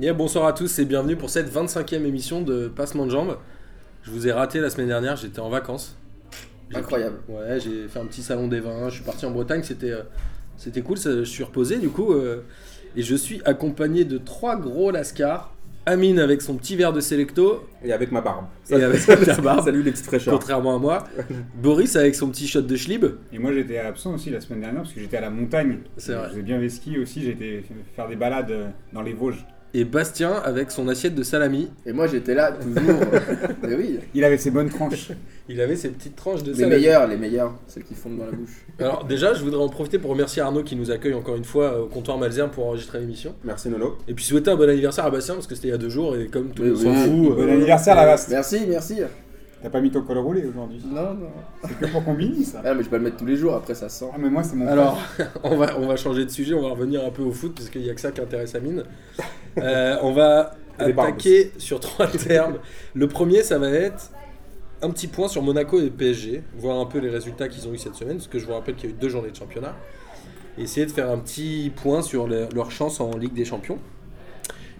Yeah, bonsoir à tous et bienvenue pour cette 25e émission de Passement de Jambes. Je vous ai raté la semaine dernière, j'étais en vacances. J'ai- Incroyable. Ouais, j'ai fait un petit salon des vins, je suis parti en Bretagne, c'était euh, c'était cool, ça- je suis reposé du coup. euh, et je suis accompagné de trois gros lascars. Amine avec son petit verre de Selecto, Et avec ma barbe. Et avec ta barbe. Salut les petites fraîcheurs. contrairement à moi. Boris avec son petit shot de Schlib. Et moi j'étais absent aussi la semaine dernière parce que j'étais à la montagne. C'est vrai. Je faisais bien les skis aussi, j'étais faire des balades euh, dans les Vosges. Et Bastien avec son assiette de salami. Et moi j'étais là toujours. mais oui, Il avait ses bonnes tranches. Il avait ses petites tranches de les salami. meilleurs, les meilleurs, celles qui fondent dans la bouche. Alors déjà, je voudrais en profiter pour remercier Arnaud qui nous accueille encore une fois euh, au comptoir Malzerne pour enregistrer l'émission. Merci Nono. Et puis souhaiter un bon anniversaire à Bastien parce que c'était il y a deux jours et comme tout le monde Oui, s'en oui. fout. Bon euh, anniversaire la vaste. Merci, merci. T'as pas mis ton col roulé aujourd'hui. Non, non. C'est que pour combiner ça. Ah, mais je vais le mettre tous les jours, après ça sent. Ah mais moi c'est mon Alors, on va, on va changer de sujet, on va revenir un peu au foot parce qu'il n'y a que ça qui intéresse Amine. Euh, on va Et les barbes attaquer sur trois termes. Le premier, ça va être un petit point sur Monaco et PSG, voir un peu les résultats qu'ils ont eu cette semaine, parce que je vous rappelle qu'il y a eu deux journées de championnat. Et essayer de faire un petit point sur le- leur chance en Ligue des Champions.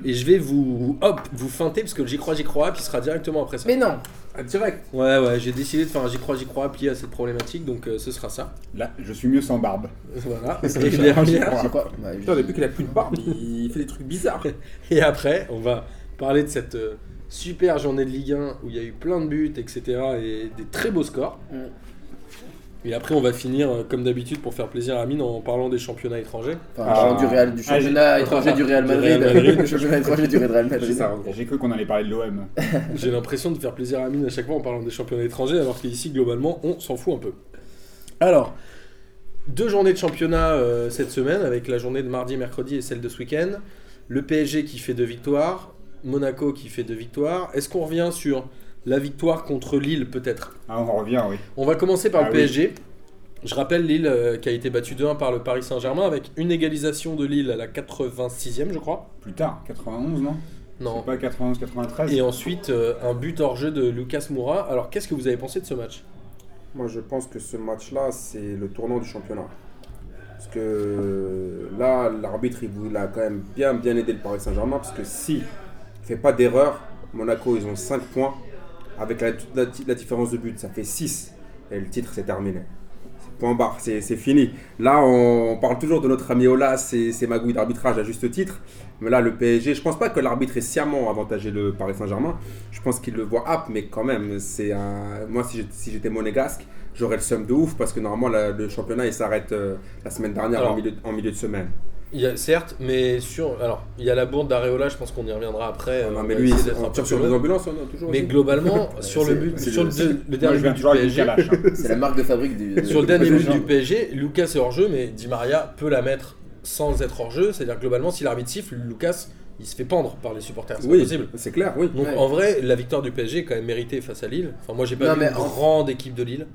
Et je vais vous, hop, vous feinter, parce que le j'y crois, j'y crois, qui sera directement après ça. Mais non Direct. Ouais, ouais, j'ai décidé de faire un j'y crois, j'y crois, plié à cette problématique, donc euh, ce sera ça. Là, je suis mieux sans barbe. Voilà. C'est Et ça, j'y derrière, crois. C'est quoi Bah, Putain, depuis qu'il a plus de barbe, il il fait des trucs bizarres. Et après, on va parler de cette euh, super journée de Ligue 1 où il y a eu plein de buts, etc. et des très beaux scores. Mm. Et après, on va finir, euh, comme d'habitude, pour faire plaisir à Mine en parlant des championnats étrangers. Enfin, genre Ah. du, Real, du championnat Ah, j'ai- étranger du Real Du Real Madrid. Madrid. Le championnat étranger du Real Madrid. J'ai cru qu'on allait parler de l'OM. J'ai l'impression de faire plaisir à Mine à chaque fois en parlant des championnats étrangers, alors qu'ici, globalement, on s'en fout un peu. Alors, deux journées de championnat euh, cette semaine, avec la journée de mardi, mercredi et celle de ce week-end. Le PSG qui fait deux victoires, Monaco qui fait deux victoires. Est-ce qu'on revient sur la victoire contre Lille, peut-être Ah on en revient oui. On va commencer par Ah le oui. PSG. Je rappelle Lille euh, qui a été battu 2-1 par le Paris Saint-Germain avec une égalisation de Lille à la 86e, je crois. Plus tard, 91 non Non. C'est pas 91 93. Et ensuite euh, un but hors jeu de Lucas Moura. Alors qu'est-ce que vous avez pensé de ce match Moi, je pense que ce match-là, c'est le tournant du championnat. Parce que là, l'arbitre, il voulait quand même bien, bien aider le Paris Saint-Germain. Parce que si il fait pas d'erreur, Monaco, ils ont 5 points. Avec la, toute la, la différence de but, ça fait 6. Et le titre, c'est terminé. C'est Point barre, c'est c'est fini. Là, on, parle toujours de notre ami Ola, c'est c'est magouille d'arbitrage à juste titre. Mais là, le PSG, je pense pas que l'arbitre ait sciemment avantagé le Paris Saint-Germain. Je pense qu'il le voit up, mais quand même, c'est un... moi, si j'étais, si j'étais monégasque, j'aurais le seum de ouf parce que normalement, la- le championnat, il s'arrête euh, la semaine dernière Alors. en, milieu, en milieu de semaine. Il y a, certes, mais sur. Alors, il y a la bourde d'Areola, je pense qu'on y reviendra après. Ah Non, euh, on mais va lui, essayer d'être un on peu tire sur plus les long. ambulances, on a toujours. Mais dit. globalement, sur le c'est- but, c'est sur le- le, le Moi, dernier je viens but du toujours avec du PSG, calage. C'est la marque de fabrique du. Sur le du- dernier du- but du- du PSG, Lucas est hors jeu, mais Di Maria peut la mettre sans être hors jeu. C'est-à-dire que globalement, si l'arbitre siffle, Lucas, il se fait pendre par les supporters. C'est oui, pas possible. c'est clair, oui. Donc Ouais. en vrai, la victoire du PSG est quand même méritée face à Lille. Enfin, moi, j'ai pas Non, vu mais une en- grande équipe de Lille.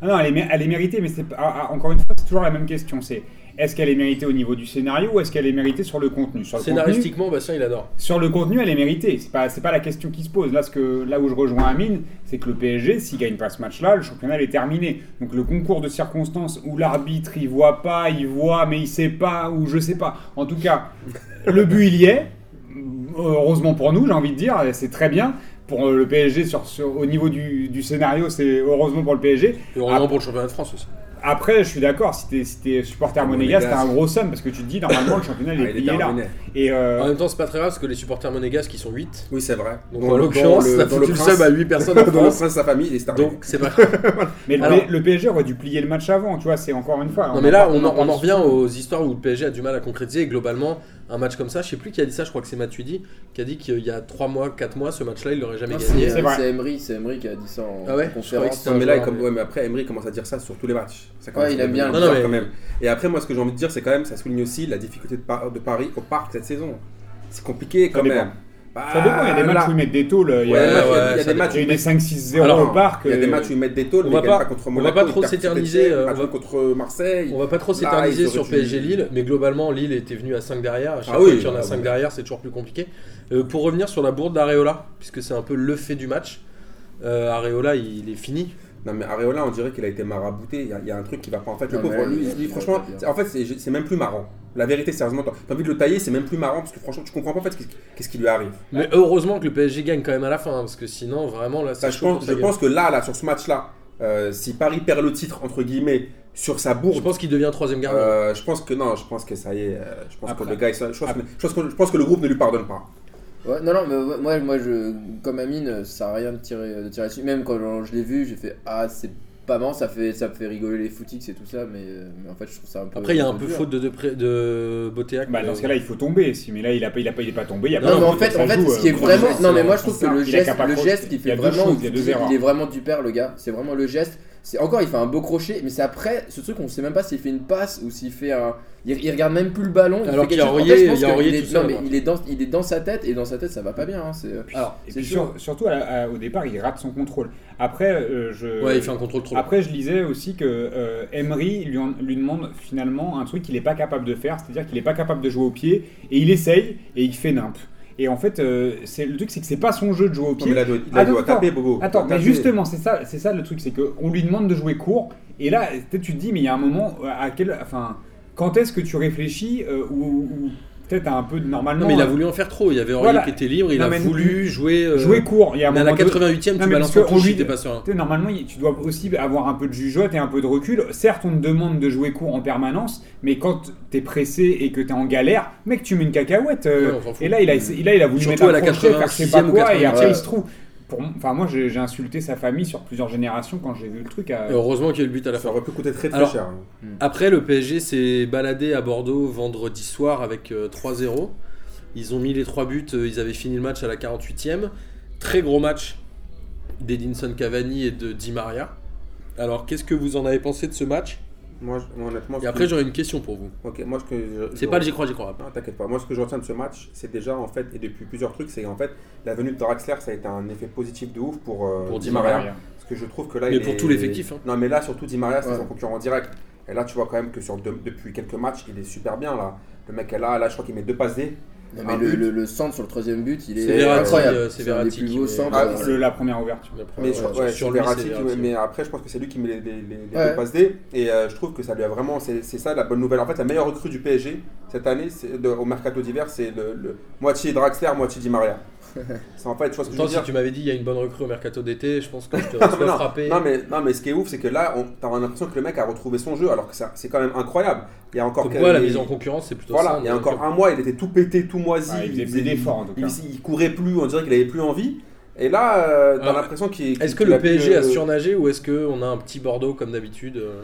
Ah non, elle est, mé- elle est méritée, mais c'est pas- ah, ah, encore une fois, c'est toujours la même question. C'est est-ce qu'elle est méritée au niveau du scénario ou est-ce qu'elle est méritée sur le contenu Sur le contenu, Scénaristiquement, Bastien, il adore. Sur le contenu, elle est méritée. C'est pas, c'est pas la question qui se pose. Là, ce que, là où je rejoins Amine, c'est que le PSG, s'il gagne pas ce match-là, le championnat il est terminé. Donc le concours de circonstances où l'arbitre il voit pas, il voit mais il sait pas ou je sais pas. En tout cas, le but il y est. Heureusement pour nous, j'ai envie de dire, c'est très bien. Pour euh, le PSG, sur, sur- au niveau du, du scénario, c'est heureusement pour le PSG. Et heureusement pour le championnat de France aussi. Après, je suis d'accord, si t'es si t'es supporter monégasque, Monégasque. t'as un gros somme parce que tu te dis normalement le championnat il Ah, est, il est là. terminé. Et euh, En même temps, c'est pas très grave parce que les supporters monégasques, ils sont 8. Oui, c'est vrai. Donc Dans en le- l'occurrence, dans le- ça dans fout le le prince- seum à 8 personnes bah, en dans le France. prince, sa famille, il est terminé. Donc c'est pas grave. mais le, Alors- P- le PSG aurait dû plier le match avant, tu vois, c'est encore une fois. Non mais là, en- on, en- on parle en revient souvent. aux histoires où le PSG a du mal à concrétiser. Et globalement, un match comme ça, je sais plus qui a dit ça, je crois que c'est Matuidi, qui a dit qu'il y a 3 mois, 4 mois, ce match-là, il l'aurait jamais Non, gagné. Ah, c'est- C'est vrai. C'est Emery, c'est Emery qui a dit ça en Ah ouais Je croyais que conférence. c'était Non, mais là, joueur, comme- mais- ouais, mais après, Emery commence à dire ça sur tous les matchs. Ça Ouais, commence il à aime bien devenir le dur dire. quand même. Et après, moi, ce que j'ai envie de dire, c'est quand même, ça souligne aussi la difficulté de, Par- de Paris au parc cette saison. C'est compliqué quand dépend. même. Ça dépend, il y a des Bah, matchs là- où ils mettent des tôles. Il y Ouais, a- il y a- il y a ouais, ça des matchs il y a eu des 5-6-0 Alors, au parc. Il y a des euh, matchs où ils mettent des tôles, on mais va ils gagnent pas- pas contre on Monaco. va pas trop ils perdent contre s'éterniser, Séville, euh, match on va- contre Marseille. On va pas trop Bah, Là, s'éterniser ils auraient sur dû- PSG Lille, mais globalement Lille était venu à 5 derrière. À chaque Ah fois oui, qu'il y en a bah 5 oui. derrière, c'est toujours plus compliqué. Euh, pour revenir sur la bourde d'Areola, puisque c'est un peu le fait du match, euh, Areola il est fini. Non, mais Areola, on dirait qu'il a été marabouté. Il y a- il y, a un truc qui va pas. En fait, le Non, pauvre, mais lui, oui, lui, il franchement, va pas bien. c'est- en fait, c'est c'est même plus marrant. La vérité, sérieusement, t'as t'as envie de le tailler, c'est même plus marrant parce que franchement, tu comprends pas en fait qu'est-ce qui- qu'est-ce qui lui arrive. Mais heureusement que le PSG gagne quand même à la fin, hein, parce que sinon, vraiment, là, Ça, Bah, c'est je chaud pense, pour sa je pense que là, là, sur ce match-là, euh, si Paris perd le titre, entre guillemets, sur sa gueule. Je bourde, pense qu'il devient troisième gardien. euh, je pense que non, je pense que ça y est, euh, je pense Après. que le gars, il se- je pense, que- je pense que, je pense que le groupe ne lui pardonne pas. Ouais, non, non, mais ouais, moi, moi je, comme Amine, ça sert à rien de tirer, de tirer dessus. Même quand je, je l'ai vu, j'ai fait Ah, c'est pas marrant, ça fait, ça fait rigoler les footix et tout ça, mais, euh, mais en fait, je trouve ça un peu. Après, il y a un peu dur. faute de, de, pré- de euh, Botéac, Bah, dans mais- ce cas-là, il faut tomber. Si, mais là, il a pas, il a pas, il est pas tombé. Il y a Non, pas mais en faute, fait, ça en fait joue, ce qui euh, est au vraiment. premier Non, mais instant. moi je trouve que le Il a geste, qu'à pas le crocher. geste qui Il y fait a deux vraiment. choses, il y a deux erreurs. Il est vraiment du père, le gars. C'est vraiment le geste. C'est encore, il fait un beau crochet, mais c'est après ce truc, on sait même pas s'il fait une passe ou s'il fait un. Il, il regarde même plus le ballon. Il Alors fait qu'il quelque a chose. En envoyé- fait, je pense il a qu'il envoyé est- tout Non, seul, mais hein. il est dans, il est dans sa tête et dans sa tête, ça va pas bien. hein, c'est- Alors, Et C'est puis sûr. sur- surtout à la- à- au départ, il rate son contrôle. Après, euh, je. ouais, il fait un contrôle trop long. Après, je lisais aussi que euh, Emery lui, en- lui demande finalement un truc qu'il n'est pas capable de faire, c'est-à-dire qu'il n'est pas capable de jouer au pied, et il essaye, et il fait nimp. Et en fait, euh, c'est- le truc, c'est que c'est pas son jeu de jouer au Non, pied. mais là, il doit- il a dû Attends, taper, Bobo. Attends, mais Taper. justement, c'est ça, c'est ça le truc, c'est qu'on lui demande de jouer court, et là, peut-être tu te dis, mais il y a un moment, euh, à quel, enfin, quand est-ce que tu réfléchis, euh, ou, ou peut-être un peu de- normalement. Non, mais il a euh, voulu en faire trop. Il y avait Aurier Voilà. qui était libre, il Non, a mais voulu jouer. euh, jouer court. Il y a un mais à la moment donné- 88 e Non, tu mais balances parce ton que touche, on lui- il t'es pas serein. Tu sais, Normalement, il- tu dois aussi avoir un peu de jugeote et un peu de recul. Certes, on te demande de jouer court en permanence, mais quand t'es pressé et que t'es en galère, mec, tu mets une cacahuète. euh, Ouais, on s'en fout. et là, il a, essayé- là, il a voulu Surtout mettre un à la crochet, faire je sais 86e ou pas quoi, et après, 88e. il se trouve. Pour, enfin, moi, j'ai j'ai insulté sa famille sur plusieurs générations quand j'ai vu le truc. euh, à- Et Heureusement qu'il y a eu le but à la Ça fin. aurait pu coûter très très Alors, cher. hein. Après, le PSG s'est baladé à Bordeaux vendredi soir avec euh, 3-0. Ils ont mis les 3 buts, euh, ils avaient fini le match à la 48e. Très gros match d'Edinson Cavani et de Di Maria. Alors, qu'est-ce que vous en avez pensé de ce match Moi, je- moi, honnêtement, ce Et après, que- j'aurais une question pour vous. Ok, moi, ce que je- C'est je- pas le j'y crois, j'y crois. Non, t'inquiète pas. Moi, ce que je retiens de ce match, c'est déjà en fait, et depuis plusieurs trucs, c'est en fait, la venue de Draxler, ça a été un effet positif de ouf pour, euh, Pour Di Di Maria. Maria. Parce que je trouve que là, Mais il pour est- tout l'effectif, hein. Non, mais là, surtout Di Maria, c'est Ouais. son concurrent direct. Et là, tu vois quand même que sur deux- depuis quelques matchs, il est super bien là. Le mec est là, là, je crois qu'il met deux passes D. Non, Un mais le, but. le, le centre sur le troisième but, il est, C'est Verratti, euh, incroyable. c'est C'est un des Verratti plus qui beaux met- centres. Ah, euh, Le- la première ouverture. Mais je- ouais, sur lui, Verratti, c'est qui- Verratti. mais après, je pense que c'est lui qui met les, les- les- les Ouais. deux passes D. Et euh, je trouve que ça lui a vraiment, c'est c'est ça la bonne nouvelle. En fait, la meilleure recrue du PSG cette année c'est de- au mercato d'hiver, c'est le, le- moitié Draxler, moitié Di Maria. c'est en fait, tu vois ce que je Pourtant, veux si dire. tu m'avais dit il y a une bonne recrue au mercato d'été, je pense que je te Non, mais non. frappé. Non, mais, non, mais ce qui est ouf, c'est que là, on- t'as l'impression que le mec a retrouvé son jeu, alors que ça- c'est quand même incroyable. Il y a encore Donc, que- ouais, la il- mise en concurrence, c'est plutôt ça. euh, Ah, Voilà, on il y a est encore d'accord. un mois, il était tout pété, tout moisi. Ouais, il faisait plus d'efforts, en tout cas. Il, il courait plus, on dirait qu'il avait plus envie. Et là, euh, t'as Alors, l'impression qu'il. Ah, Est-ce que qu'il a le PSG a pu, euh, surnagé ou est-ce qu'on a un petit Bordeaux comme d'habitude euh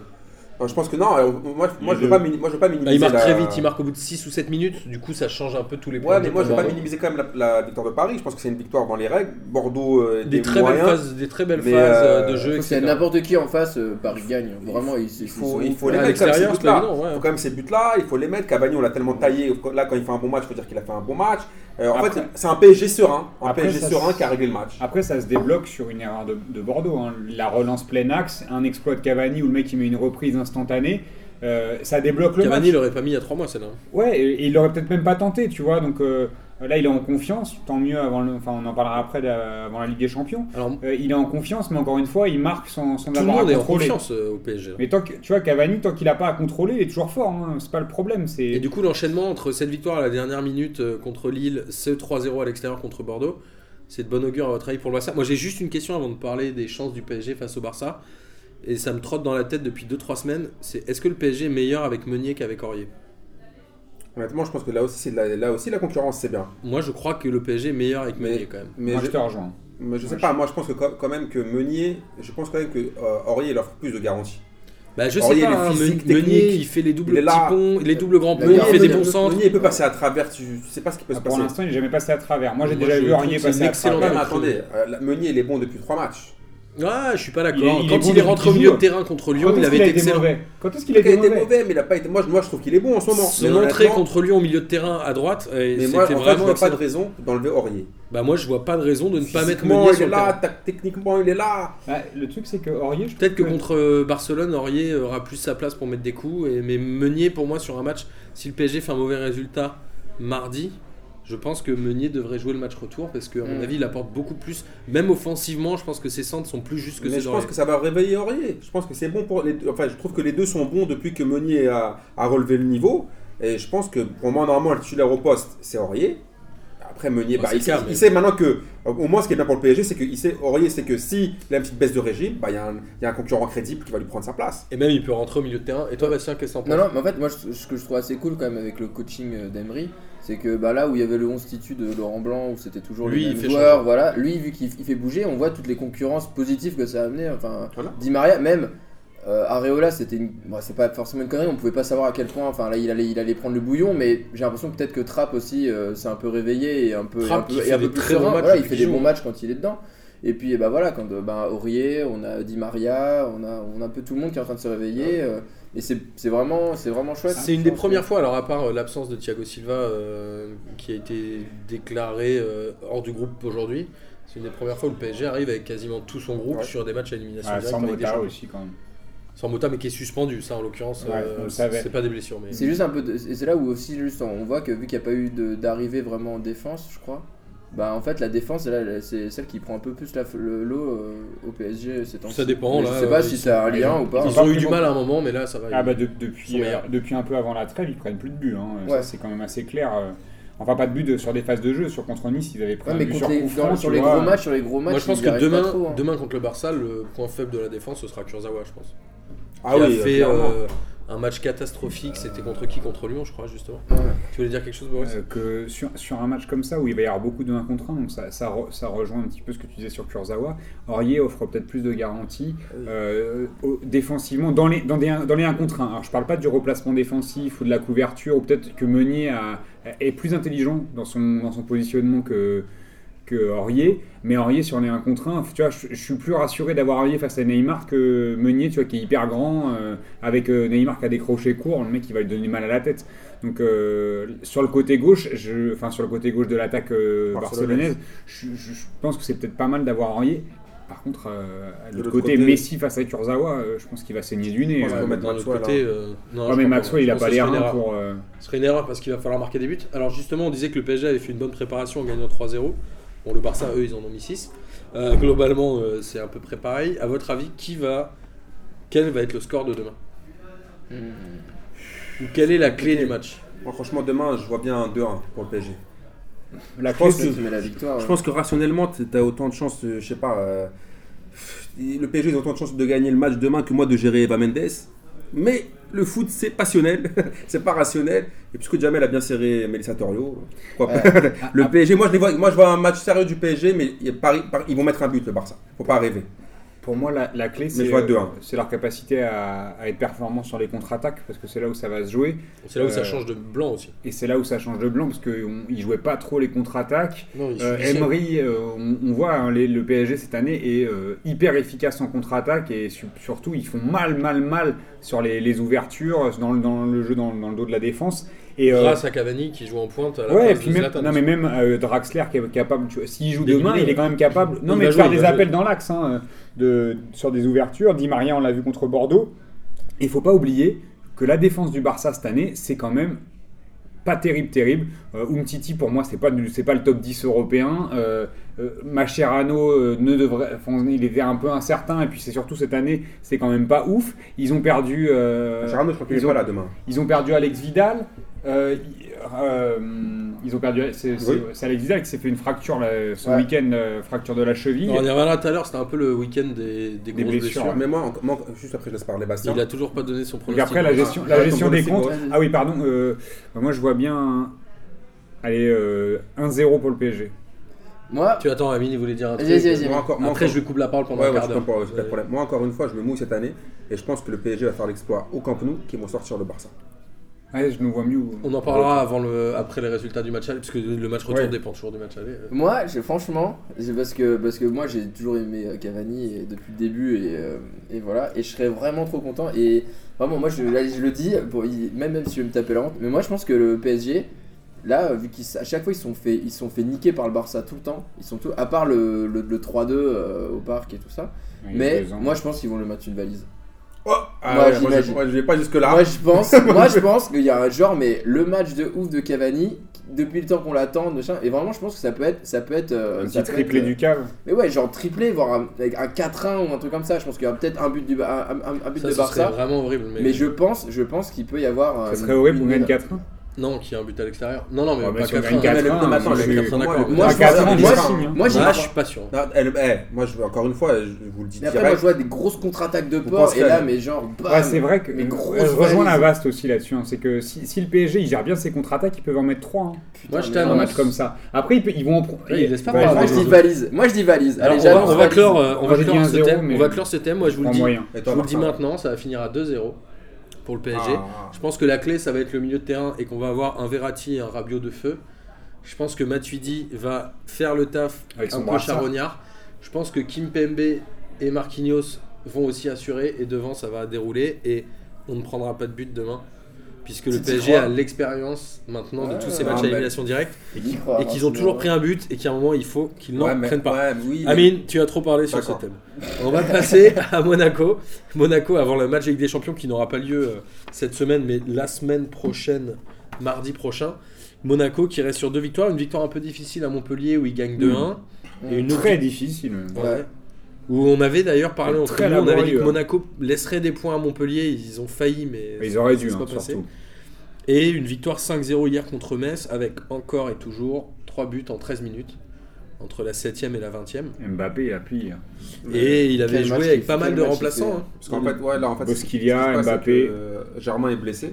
Non, je pense que non, euh, moi, moi, Les je veux deux. pas, mini- moi je veux pas minimiser. Bah, il marque la- très vite, il marque au bout de 6 ou 7 minutes, du coup ça change un peu tous les points. Ouais, mais de moi je veux pas Bordeaux. minimiser quand même la, la victoire de Paris. Je pense que c'est une victoire dans les règles. Bordeaux euh, Des était très, belles moyen. phases, des très belles mais, phases euh, euh, de jeu, Sauf qu'il y etc. a n'importe qui en face, euh, Paris gagne. Vraiment, ils, Il ils faut, sont il ouf, faut Ouais, les à mettre quand même ces l'extérieur, c'est buts-là. évident, ouais. Il faut quand même ces buts-là, il faut les mettre. Cavani, on l'a tellement taillé. Là, quand il fait un bon match, il faut dire qu'il a fait un bon match. Euh, en Après- fait, c'est un PSG serein. Un Après, PSG ça- serein qui a réglé le match. Après, ça se débloque sur une erreur de, de Bordeaux. hein. La relance plein axe, un exploit de Cavani où le mec il met une reprise instantanée. euh, ça débloque le match. Cavani l'aurait pas mis il y a 3 mois celle-là. Ouais, et, et il l'aurait peut-être même pas tenté, tu vois. Donc euh, là, il est en confiance, tant mieux. Avant le- enfin, on en parlera après de la- avant la Ligue des Champions. Alors tout Euh, il est en confiance, mais encore une fois, il marque sans, sans le avoir monde à est en contrôler. confiance euh, au PSG. là. Mais tant que, tu vois, Cavani, tant qu'il a pas à contrôler, il est toujours fort. hein. C'est pas le problème. Et C'est du coup l'enchaînement entre cette victoire à la dernière minute euh, contre Lille, ce 3-0 à l'extérieur contre Bordeaux, c'est de bon augure à votre avis pour le Barça. Moi j'ai juste une question avant de parler des chances du PSG face au Barça. Et ça me trotte dans la tête depuis 2-3 semaines, c'est est-ce que le PSG est meilleur avec Meunier qu'avec Aurier Honnêtement, je pense que là aussi, c'est de la, là aussi la concurrence, c'est bien. Moi je crois que le PSG est meilleur avec Mais- Meunier quand même. Mais moi, je- je te rejoins. Mais je sais Moi, pas, moi je pense que quand quand même que Meunier, je pense quand même que euh, Aurier il offre plus de garanties. Bah je Aurier, sais pas, il est hein, physique, Meunier technique. il fait les doubles Il est là. petits ponts, les doubles grands ponts, Meunier, il fait des Meunier, bons centres. Meunier il peut passer à travers, tu, tu sais pas ce qui peut se Pour passer. l'instant, il n'est jamais passé à travers. Moi, j'ai Moi, déjà je vu trouve Aurier que c'est passer une à excellente Ouais, mais travers. attendez, euh, la- Meunier il est bon depuis trois matchs. Ah, je suis pas Il est- d'accord. il est Quand bon il est depuis rentré au qu'il milieu joue. de terrain contre Lyon, Quand il est-ce avait qu'il Ah, a été été excellent. mauvais Quand est-ce qu'il Il a a été été mauvais mauvais, mais il a pas été. Moi, je- moi je trouve qu'il est bon en ce moment. Son Mais entrée honnêtement, contre Lyon au milieu de terrain à droite, euh, Mais c'était moi, en fait, je vois vraiment pas de excellent. raison d'enlever Aurier. Bah moi je vois pas de raison de ne pas mettre Physiquement, Meunier il sur est le là, terrain. tac- techniquement il est là. Bah, le truc, c'est que Aurier, je Peut-être que trouve contre euh, Barcelone, Aurier aura plus sa place pour mettre des coups. Et, mais Meunier, pour moi, sur un match, si le PSG fait un mauvais résultat mardi, Je pense que Meunier devrait jouer le match retour parce qu'à mon Mm. avis, il apporte beaucoup plus. Même offensivement, je pense que ses centres sont plus justes que Mais ses je pense dans que ça va réveiller Aurier. Je pense que c'est bon pour les deux. Enfin, je trouve que les deux sont bons depuis que Meunier a, a relevé le niveau. Et je pense que pour moi, normalement, le titulaire au poste, c'est Aurier. Après, Meunier, Ah, bah, c'est il, sait, clair, mais- il sait maintenant que, au moins, ce qui est bien pour le PSG, c'est que il sait, Aurier, c'est que s'il a une petite baisse de régime, bah, il y, a un- il y a un concurrent crédible qui va lui prendre sa place. Et même, il peut rentrer au milieu de terrain. Et toi, Bastien, qu'est-ce que t'en penses Non, non, mais en fait, moi, je- ce que je trouve assez cool quand même avec le coaching euh, d'Emery, c'est que bah, là où il y avait le 11 titu de Laurent Blanc, où c'était toujours Lui, les il mêmes fait joueurs, changer. voilà, lui, vu qu'il il fait bouger, on voit toutes les concurrences positives que ça a amené. Enfin, Voilà. Di Maria, même euh, Areola, c'était une... bon, c'est pas forcément une connerie, on pouvait pas savoir à quel point, enfin là, il allait, il allait prendre le bouillon, mais j'ai l'impression que peut-être que Trapp aussi euh, s'est un peu réveillé et un peu. Trapp et un qui peu, et fait un des peu plus très bons serein. matchs Voilà, il depuis fait qu'il des joue. bons hein. matchs quand il est dedans. Et puis, eh ben voilà, quand euh, ben, Aurier, on a Di Maria, on a, on a un peu tout le monde qui est en train de se réveiller. Ah euh, et c'est c'est vraiment, c'est vraiment chouette. C'est une des premières fois, alors à part euh, l'absence de Thiago Silva euh, qui a été déclaré euh, hors du groupe aujourd'hui, c'est une des premières fois où le PSG arrive avec quasiment tout son groupe Ouais. sur des matchs à élimination Ah, directe sans en Ligue des Mota Champions. aussi quand même. Sans Mota, mais qui est suspendu, ça en l'occurrence, Ouais, euh, on le savait. c'est pas des blessures. Mais... C'est juste un peu. de- et c'est là où aussi, juste, on on voit que vu qu'il n'y a pas eu de- d'arrivée vraiment en défense, je crois. Bah en fait, la défense, elle, elle, c'est celle qui prend un peu plus la f- le lot euh, au PSG ces temps Ça dépend, Je là, sais pas euh, si ils ça a un sont- lien ou pas. Ils Ils ont eu pas du bon. mal à un moment, mais là ça va. Ah bah de- Ils sont depuis, euh, meilleurs. depuis un peu avant la trêve, ils prennent plus de buts. hein. Ouais. Ça c'est quand même assez clair. euh. Enfin pas de buts de- sur des phases de jeu. Sur contre Nice, ils avaient pris Ouais, un mais but contre sur les, coup dans- franc, sur tu les vois. gros matchs, sur les gros matchs, Moi je pense ils que y arrivent pas demain, trop, hein. demain contre le Barça, le point faible de la défense ce sera Kurzawa, je pense. Ah qui oui, a fait clairement. euh, un match catastrophique, c'était contre qui Contre Lyon, je crois, justement. Ouais. Tu voulais dire quelque chose, Boris Euh, que sur, sur un match comme ça où il va y avoir beaucoup de 1 contre 1, donc ça, ça, re- ça rejoint un petit peu ce que tu disais sur Kurzawa, Aurier offre peut-être plus de garanties euh, au- défensivement dans les, dans, des, un- dans les 1 contre 1. Alors je parle pas du replacement défensif ou de la couverture, ou peut-être que Meunier a- est plus intelligent dans son, dans son positionnement que, que Aurier, mais Aurier sur les 1 contre 1, tu vois, je, je suis plus rassuré d'avoir Aurier face à Neymar que Meunier, tu vois, qui est hyper grand, euh, avec euh, Neymar qui a décroché court, le mec qui va lui donner mal à la tête. Donc euh, sur le côté gauche, je, enfin sur le côté gauche de l'attaque euh, Barcelonaise. barcelonaise, je, je- je pense que c'est peut-être pas mal d'avoir Aurier. Par contre, euh, à l'autre l'autre côté, côté- Messi face à Kurzawa, euh, je pense qu'il va saigner du nez. pense euh. qu'on va mettre D'un autre Maxwell, côté, euh, non, Ouais, je mais crois Maxwell, pas. il Je a pense pas que ce les serait une reins erreur. pour. euh, Ce serait une erreur parce qu'il va falloir marquer des buts. Alors justement, on disait que le PSG avait fait une bonne préparation en gagnant 3-0. Bon, le Barça, eux, ils en ont mis 6. Euh, globalement, euh, c'est à peu près pareil. À votre avis, qui va... Quel va être le score de demain Mmh. Ou quelle est la clé du match Moi, franchement, demain, je vois bien un 2-1 pour le PSG. La Je clé, pense c'est- que- Mais la victoire. Je pense que rationnellement, tu as autant de chances, euh, je sais pas. euh, le PSG ils ont autant de chances de gagner le match demain que moi de gérer Eva Mendes. Mais le foot, c'est passionnel, c'est pas rationnel. Et puisque Jamel a bien serré Melissa Torrio, pourquoi pas. Euh, ah, le PSG, moi je, les vois, moi je vois un match sérieux du PSG, mais il y a Paris- Paris- ils vont mettre un but le Barça. Faut pas rêver. Pour moi, la, la clé, c'est je vois hein. euh, 2-1. c'est leur capacité à, à être performant sur les contre-attaques, parce que c'est là où ça va se jouer. C'est là où ça Euh, change de blanc aussi. Et c'est là où ça change de blanc, parce qu'ils jouaient pas trop les contre-attaques. Non, il Euh, suffisait. Emery, euh, on, on voit hein, les- le PSG cette année est euh, hyper efficace en contre-attaque et su- surtout ils font mal, mal, mal sur les, les ouvertures, dans le, dans le jeu, dans, dans le dos de la défense. Et, euh, Grâce à Cavani qui joue en pointe à la ouais, et place puis de même, Zlatan. non, mais même euh, Draxler qui est capable, tu vois, s'il joue D'éliminer, demain, il ouais. est quand même capable non, Il mais va de jouer, faire il des va appels jouer. dans l'axe hein, de, sur des ouvertures. Di Maria, on l'a vu contre Bordeaux. Il faut pas oublier que la défense du Barça cette année, c'est quand même pas terrible, terrible. Euh, Umtiti, pour moi, c'est pas du- c'est pas le top 10 européen. Euh, euh, Mascherano euh, ne devrait, enfin, il était un peu incertain. Et puis c'est surtout cette année, c'est quand même pas ouf. Ils ont perdu. euh, Gérard, je crois qu'il ils est ont- pas là demain. ils ont perdu Alex Vidal. euh, y- euh, ils ont perdu. C'est c'est- Oui. c'est Alex Vidal qui s'est fait une fracture là, ce Ouais. week-end, euh, fracture de la cheville. Non, on y reviendra tout à l'heure, c'était un peu le week-end des, des grosses blessures. euh, blessures, ouais. Mais moi, en- moi, en- juste après, je laisse parler Bastien. Il a toujours pas donné son Donc pronostic. après la gestion, Ah, la attends, gestion pour le des Figo, comptes. vas-y. Ah oui, pardon. euh, bah moi, je vois bien. un- Allez, euh, 1-0 pour le PSG. Moi, Tu attends, Amine, il voulait dire un truc. Vas-y, vas-y, vas-y. Moi, encore, moi, Après, encore- je lui coupe la parole pendant Ouais, un ouais, quart je d'heure. comprends, c'est pas le Euh, problème. Moi, encore une fois, je me mouille cette année et je pense que le PSG va faire l'exploit au Camp Nou qui vont sortir le Barça. Ouais, je nous vois mieux. euh. Euh, On en parlera avant le, après les résultats du match aller, parce que le match retour Ouais. dépend toujours du match aller. euh. Moi, j'ai- franchement, c'est parce que, parce que moi j'ai toujours aimé euh, Cavani et- depuis le début et, euh, et voilà, et je serais vraiment trop content. Et vraiment, moi je, là, je le dis, pour- il- même, même si je vais me taper la honte, mais moi je pense que le PSG, là, euh, vu qu'à chaque fois ils se sont fait, ils se sont fait niquer par le Barça tout le temps, ils sont tout, à part le, le, le 3-2 euh, au parc et tout ça, mais moi je pense qu'ils vont le mettre une valise. Oh Ah Moi, ouais, moi, j'imagine. Ah. je, ouais, je vais pas jusque là. Moi je pense, moi je pense qu'il y a un genre, mais le match de ouf de Cavani, depuis le temps qu'on l'attend, machin. Et vraiment, je pense que ça peut être. Ça peut être euh, Un ça petit peut triplé être, euh, du hein. cave. Mais ouais, genre triplé, voire un, avec un 4-1 ou un truc comme ça. Je pense qu'il y a peut-être un but, du, Ba- un, un- un but Ça, de ce serait Barça. vraiment horrible. Mais, Mais je pense, je pense qu'il peut y avoir. Ça euh, serait horrible pour une- gagner 4 Non, qui a un but à l'extérieur. Non, non, mais Ouais, mais pas si on 4 gagne Moi, quatre- mais le- non, mais attends, je le- suis moi, d'accord. le- Moi, le- je pense- quatre-un, moi, c'est je- pas- moi, j'y je suis pas sûr. Non, elle- eh, moi, je veux encore une fois, je vous le dis Mais après, moi, direct. je vois des grosses contre-attaques de Vous port, pensez et là, à- mais genre, bam Ouais, c'est vrai que mais mais grosse je rejoins la valise. vaste aussi là-dessus. hein. C'est que si, si le PSG il gère bien ses contre-attaques, ils peuvent en mettre hein. 3 Moi, je mais un non, t'annonce. match comme ça. Après, ils, pe- ils vont en prendre. Ouais, ils laissent pas Ouais, parler. Moi, ouais, je ouais. dis valise. Moi, je dis valise. Alors, Allez, on va, j'annonce on va valise. clore, euh, on Moi, va j'ai dit clore ce 1-0, thème. mais- On va clore ce thème. Moi, je vous le En dis. moyen. Et Je toi, vous le dis Martin maintenant, ça va finir à 2-0 pour le PSG. Ah. Je pense que la clé, ça va être le milieu de terrain et qu'on va avoir un Verratti et un Rabiot de feu. Je pense que Matuidi va faire le taf Avec son un peu brassard. charognard. Je pense que Kimpembe et Marquinhos vont aussi assurer et devant, ça va dérouler et on ne prendra pas de but demain puisque le Tu t'y PSG crois a l'expérience maintenant de tous ces Ouais, matchs à ouais. élimination directe Il y croit, et qu'ils ont hein, toujours sinon- pris un but et qu'à un moment, il faut qu'ils n'en Ouais, mais- prennent pas. ouais, oui, mais- Amine, tu as trop parlé sur ce D'accord. thème. On va passer à Monaco. Monaco avant le match avec des champions qui n'aura pas lieu euh, cette semaine, mais la semaine prochaine, mardi prochain. Monaco qui reste sur deux victoires, une victoire un peu difficile à Montpellier où il gagne 2-1 et une autre Mm. Très difficile. Ouais. où on avait d'ailleurs parlé Ouais, en très preview, on avait dit que laborieux. Monaco laisserait des points à Montpellier, ils ont failli mais Ils auraient dû, c'est pas hein, passé. surtout. Et une victoire 5-0 hier contre Metz avec encore et toujours 3 buts en 13 minutes entre la 7ème et la 20ème. Mbappé, il a hein, pire. Et il avait quel match joué avec il- pas mal quel de match il remplaçants. fait. hein. Parce qu'en fait, ouais, là, en fait, Bosquilha, ce qui se passe, c'est Mbappé. que, euh, Germain est blessé.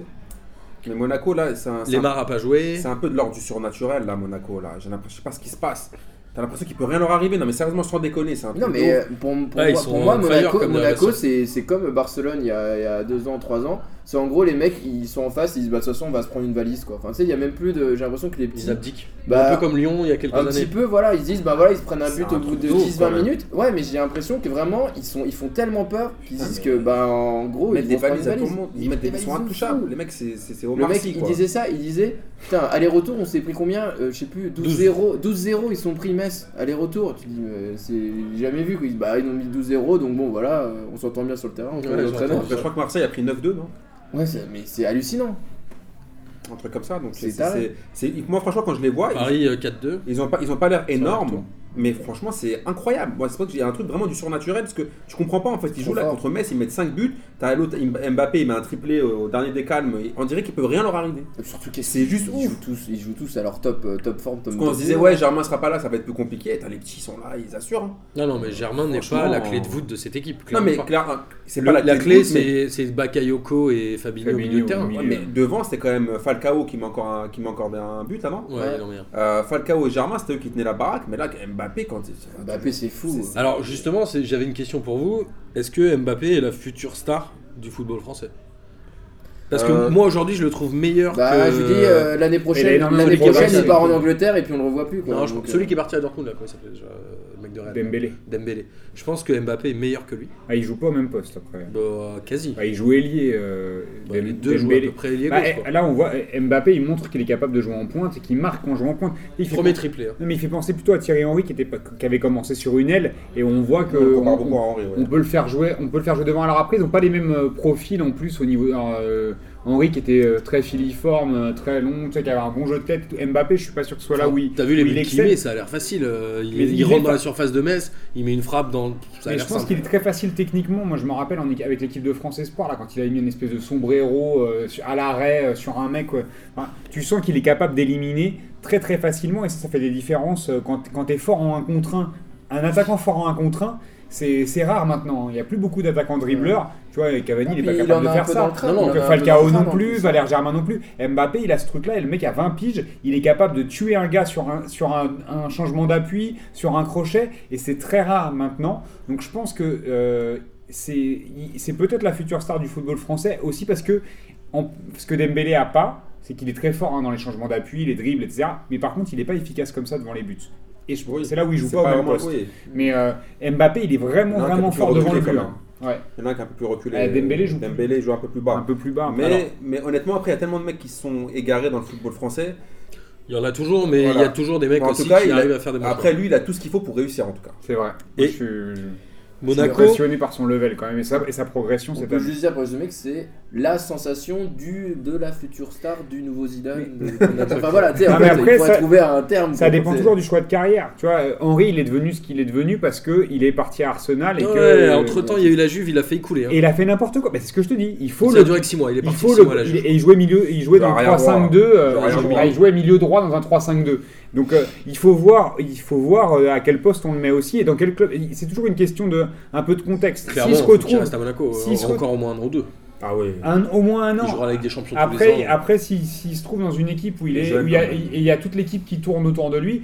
Mais Monaco, là, c'est un, c'est un- Lemar a pas joué. c'est un peu de l'ordre du surnaturel, là, Monaco. Là. J'ai l'impression- Je sais pas ce qui se passe. T'as l'impression qu'il peut rien leur arriver. Non, mais sérieusement, sans déconner, c'est un Non, truc mais de euh, ouf. pour, pour Ouais, Ah, ils moi, sont pour moi, on fire Monaco, comme des Monaco Racing. c'est c'est comme Barcelone il y, a, il y a deux ans, trois ans. C'est en gros, les mecs, ils sont en face, ils disent, bah, de toute façon, on va se prendre une valise, quoi. Enfin, tu sais, il y a même plus de. J'ai l'impression que les petits. Ils abdiquent. Bah, un peu comme Lyon il y a quelques Un années. petit peu, voilà, ils se disent, bah voilà, ils se prennent un C'est but un au bout truc de de ouf, quand 10-20 même. minutes. Ouais, mais j'ai l'impression que vraiment, ils, sont, ils font tellement peur qu'ils Putain, disent Ah, mais- que, bah en gros, Ils mettent des vont se prendre valises à une tout le valise. monde. Ils, mettent des, ils sont valises de intouchables. fou. Les mecs, c'est c'est- c'est Le Omar mec, Sy, il quoi. disait ça, il disait, putain, aller-retour, on s'est pris combien Euh, Je sais plus, 12-0, 12-0, ils sont pris Metz, aller-retour. Tu dis, mais c'est j'ai jamais vu, quoi. Ils, bah, ils ont mis 12-0, donc bon, voilà, euh, on s'entend bien sur le terrain, on connaît Ouais, notre ils entraîneur. s'entendent. Je crois que Marseille a pris 9-2, non Ouais, c'est- mais c'est hallucinant. Un truc comme ça. Donc C'est c'est taré. c'est- c'est- Moi, franchement, quand je les vois, ils- Paris euh, 4-2. Ils ont pas, ils ont pas l'air retour. énormes, mais franchement c'est incroyable. Moi c'est pas que j'ai un truc vraiment du surnaturel parce que tu comprends pas en fait. Ils Trop jouent là fort. contre Metz, ils mettent 5 buts. T'as l'autre Im- Mbappé, il met un triplé au dernier des calmes. Et On dirait qu'il peut rien leur arriver. Surtout qu'est-ce C'est qu'ils- juste ils ouf. jouent tous, ils jouent tous à leur top, euh, top forme, top Parce qu'on se top disait niveau. ouais Germain sera pas là, ça va être plus compliqué. T'as les petits ils sont là, ils assurent. hein. Non, non, mais Germain n'est pas Franchement, la clé de voûte de cette équipe. Non clairement mais pas. clair, c'est Le- pas la, la, clé, de voûte, mais- c'est c'est Bakayoko et Fabinho, au Fabinho milieu de au terrain. milieu. ouais, mais devant c'était quand même euh, Falcao qui met encore un, qui met encore bien un but avant. Ouais, Ouais. il en met un. Euh, Falcao et Germain c'était eux qui tenaient la baraque, mais là Mbappé quand il- Mbappé, c'est fou. euh. C'est- Alors justement, c'est- j'avais une question pour vous. Est-ce que Mbappé est la future star du football français Parce que Euh. moi aujourd'hui, je le trouve meilleur Bah, Hein, que je dis, euh, l'année prochaine, énormément l'année de progrès, prochaine, ça, il part en avec- Angleterre et puis on le revoit plus, quoi. Non, je- Donc, celui euh, qui est parti à Dortmund, là, comment il s'appelle déjà, euh, Le mec de Rennes. Dembélé. Dembélé. Je pense que Mbappé est meilleur que lui. Ah, il joue pas au même poste après. Bah, quasi. Ah, il joue ailier. euh, Bah, les Dem- deux jouent à Dembélé. peu près liés Bah, gauche, eh, quoi. là, on voit eh, Mbappé, il montre qu'il est capable de jouer en pointe et qu'il marque en jouant en pointe. Il fait Premier penser- triplé. hein. Non, mais il fait penser plutôt à Thierry Henry qui, était pas- qui avait commencé sur une aile et on voit que on euh, compare on, beaucoup à Henry. ouais. on peut le faire jouer, on peut le faire jouer devant. Alors après, ils n'ont pas les mêmes euh, profils en plus au niveau. euh, Henry qui était euh, très filiforme, euh, très long, tu sais, qui avait un bon jeu de tête. tout. Mbappé, je suis pas sûr que ce soit là où il. T'as vu les où il buts qu'il excelle. met, ça a l'air facile. euh, Il, Mais il il rentre est dans pas- la surface de Metz, il met une frappe dans. Ça a Mais je l'air pense simple. qu'il est très facile techniquement. Moi, je me rappelle en équi- avec l'équipe de France Espoir, là, quand il a mis une espèce de sombrero euh, sur- à l'arrêt euh, sur un mec. ouais. Enfin, tu sens qu'il est capable d'éliminer très très facilement et ça, ça fait des différences euh, quand, quand tu es fort en 1 contre 1. Un attaquant fort en 1 contre 1, c'est c'est rare maintenant. Il n'y a plus beaucoup d'attaquants dribbleurs. Tu vois, Cavani, il n'est pas puis Ah, il capable en de a un faire peu ça. dans le Non, crâne, non, il en Donc a un peu dans Falcao le crâne, non en plus, Valère Germain non plus. Mbappé, il a ce truc-là, et le mec a 20 piges, il est capable de tuer un gars sur un, sur un, un changement d'appui, sur un crochet, et c'est très rare maintenant. Donc je pense que euh, c'est il- c'est peut-être la future star du football français, aussi parce que en- ce que Dembélé a pas, c'est qu'il est très fort hein, dans les changements d'appui, les dribbles, etc. Mais par contre, il n'est pas efficace comme ça devant les buts. Et je- Oui. c'est là où il joue C'est pas, au même vraiment- poste. oui. Mais euh, Mbappé, il est vraiment, Non, vraiment t'as fort pu devant le reculer but. quand hein. Ouais. Il y en a un qui est un peu plus reculé. Eh, Dembélé joue plus. Dembélé joue un peu plus bas. Un peu plus bas. mais, Alors, mais honnêtement, après, il y a tellement de mecs qui se sont égarés dans le football français. Il y en a toujours, mais il y a Voilà. toujours des mecs Mais en aussi tout cas, qui il a- arrivent à faire des bons Après, choix. lui, il a tout ce qu'il faut pour réussir, en tout cas. c'est vrai. Et- Moi, je suis- Monaco, Je suis impressionné par son level quand même et sa, et sa progression On cette peut année. juste dire pour résumer que c'est la sensation du, de la future star du nouveau Zidane. Mais- de- enfin voilà, tu sais, Non, en mais fait, après, il faut ça- être ouvert à un terme. Ça quoi, dépend c'est- toujours du choix de carrière. Tu vois, euh, Henry, il est devenu ce qu'il est devenu parce que il est parti à Arsenal et que. entre temps, il y a eu la Juve, il a failli couler. hein. Et il a fait n'importe quoi. Bah, c'est ce que je te dis. Il faut ça a le. duré que 6 mois, il est Il parti faut 6 le. mois à la il- Juve. Et il jouait milieu. Il jouait Il dans va rien 3-5-2. euh, Il va rien il, voir. jouait milieu droit dans un 3-5-2. Donc euh, il faut voir. Il faut voir euh, à quel poste on le met aussi et dans quel club. C'est toujours une question de un peu de contexte. Clairement, S'il se faut qu'il retrouve reste à Monaco s'il euh, se encore au moins un an ou deux. Ah oui. Euh, un, au moins un Il an jouera avec des champions tous les Après, ans. après s'il s'il se trouve dans une équipe où il, Il est est, jeune, où il y a, quand même. et il y a toute l'équipe qui tourne autour de lui,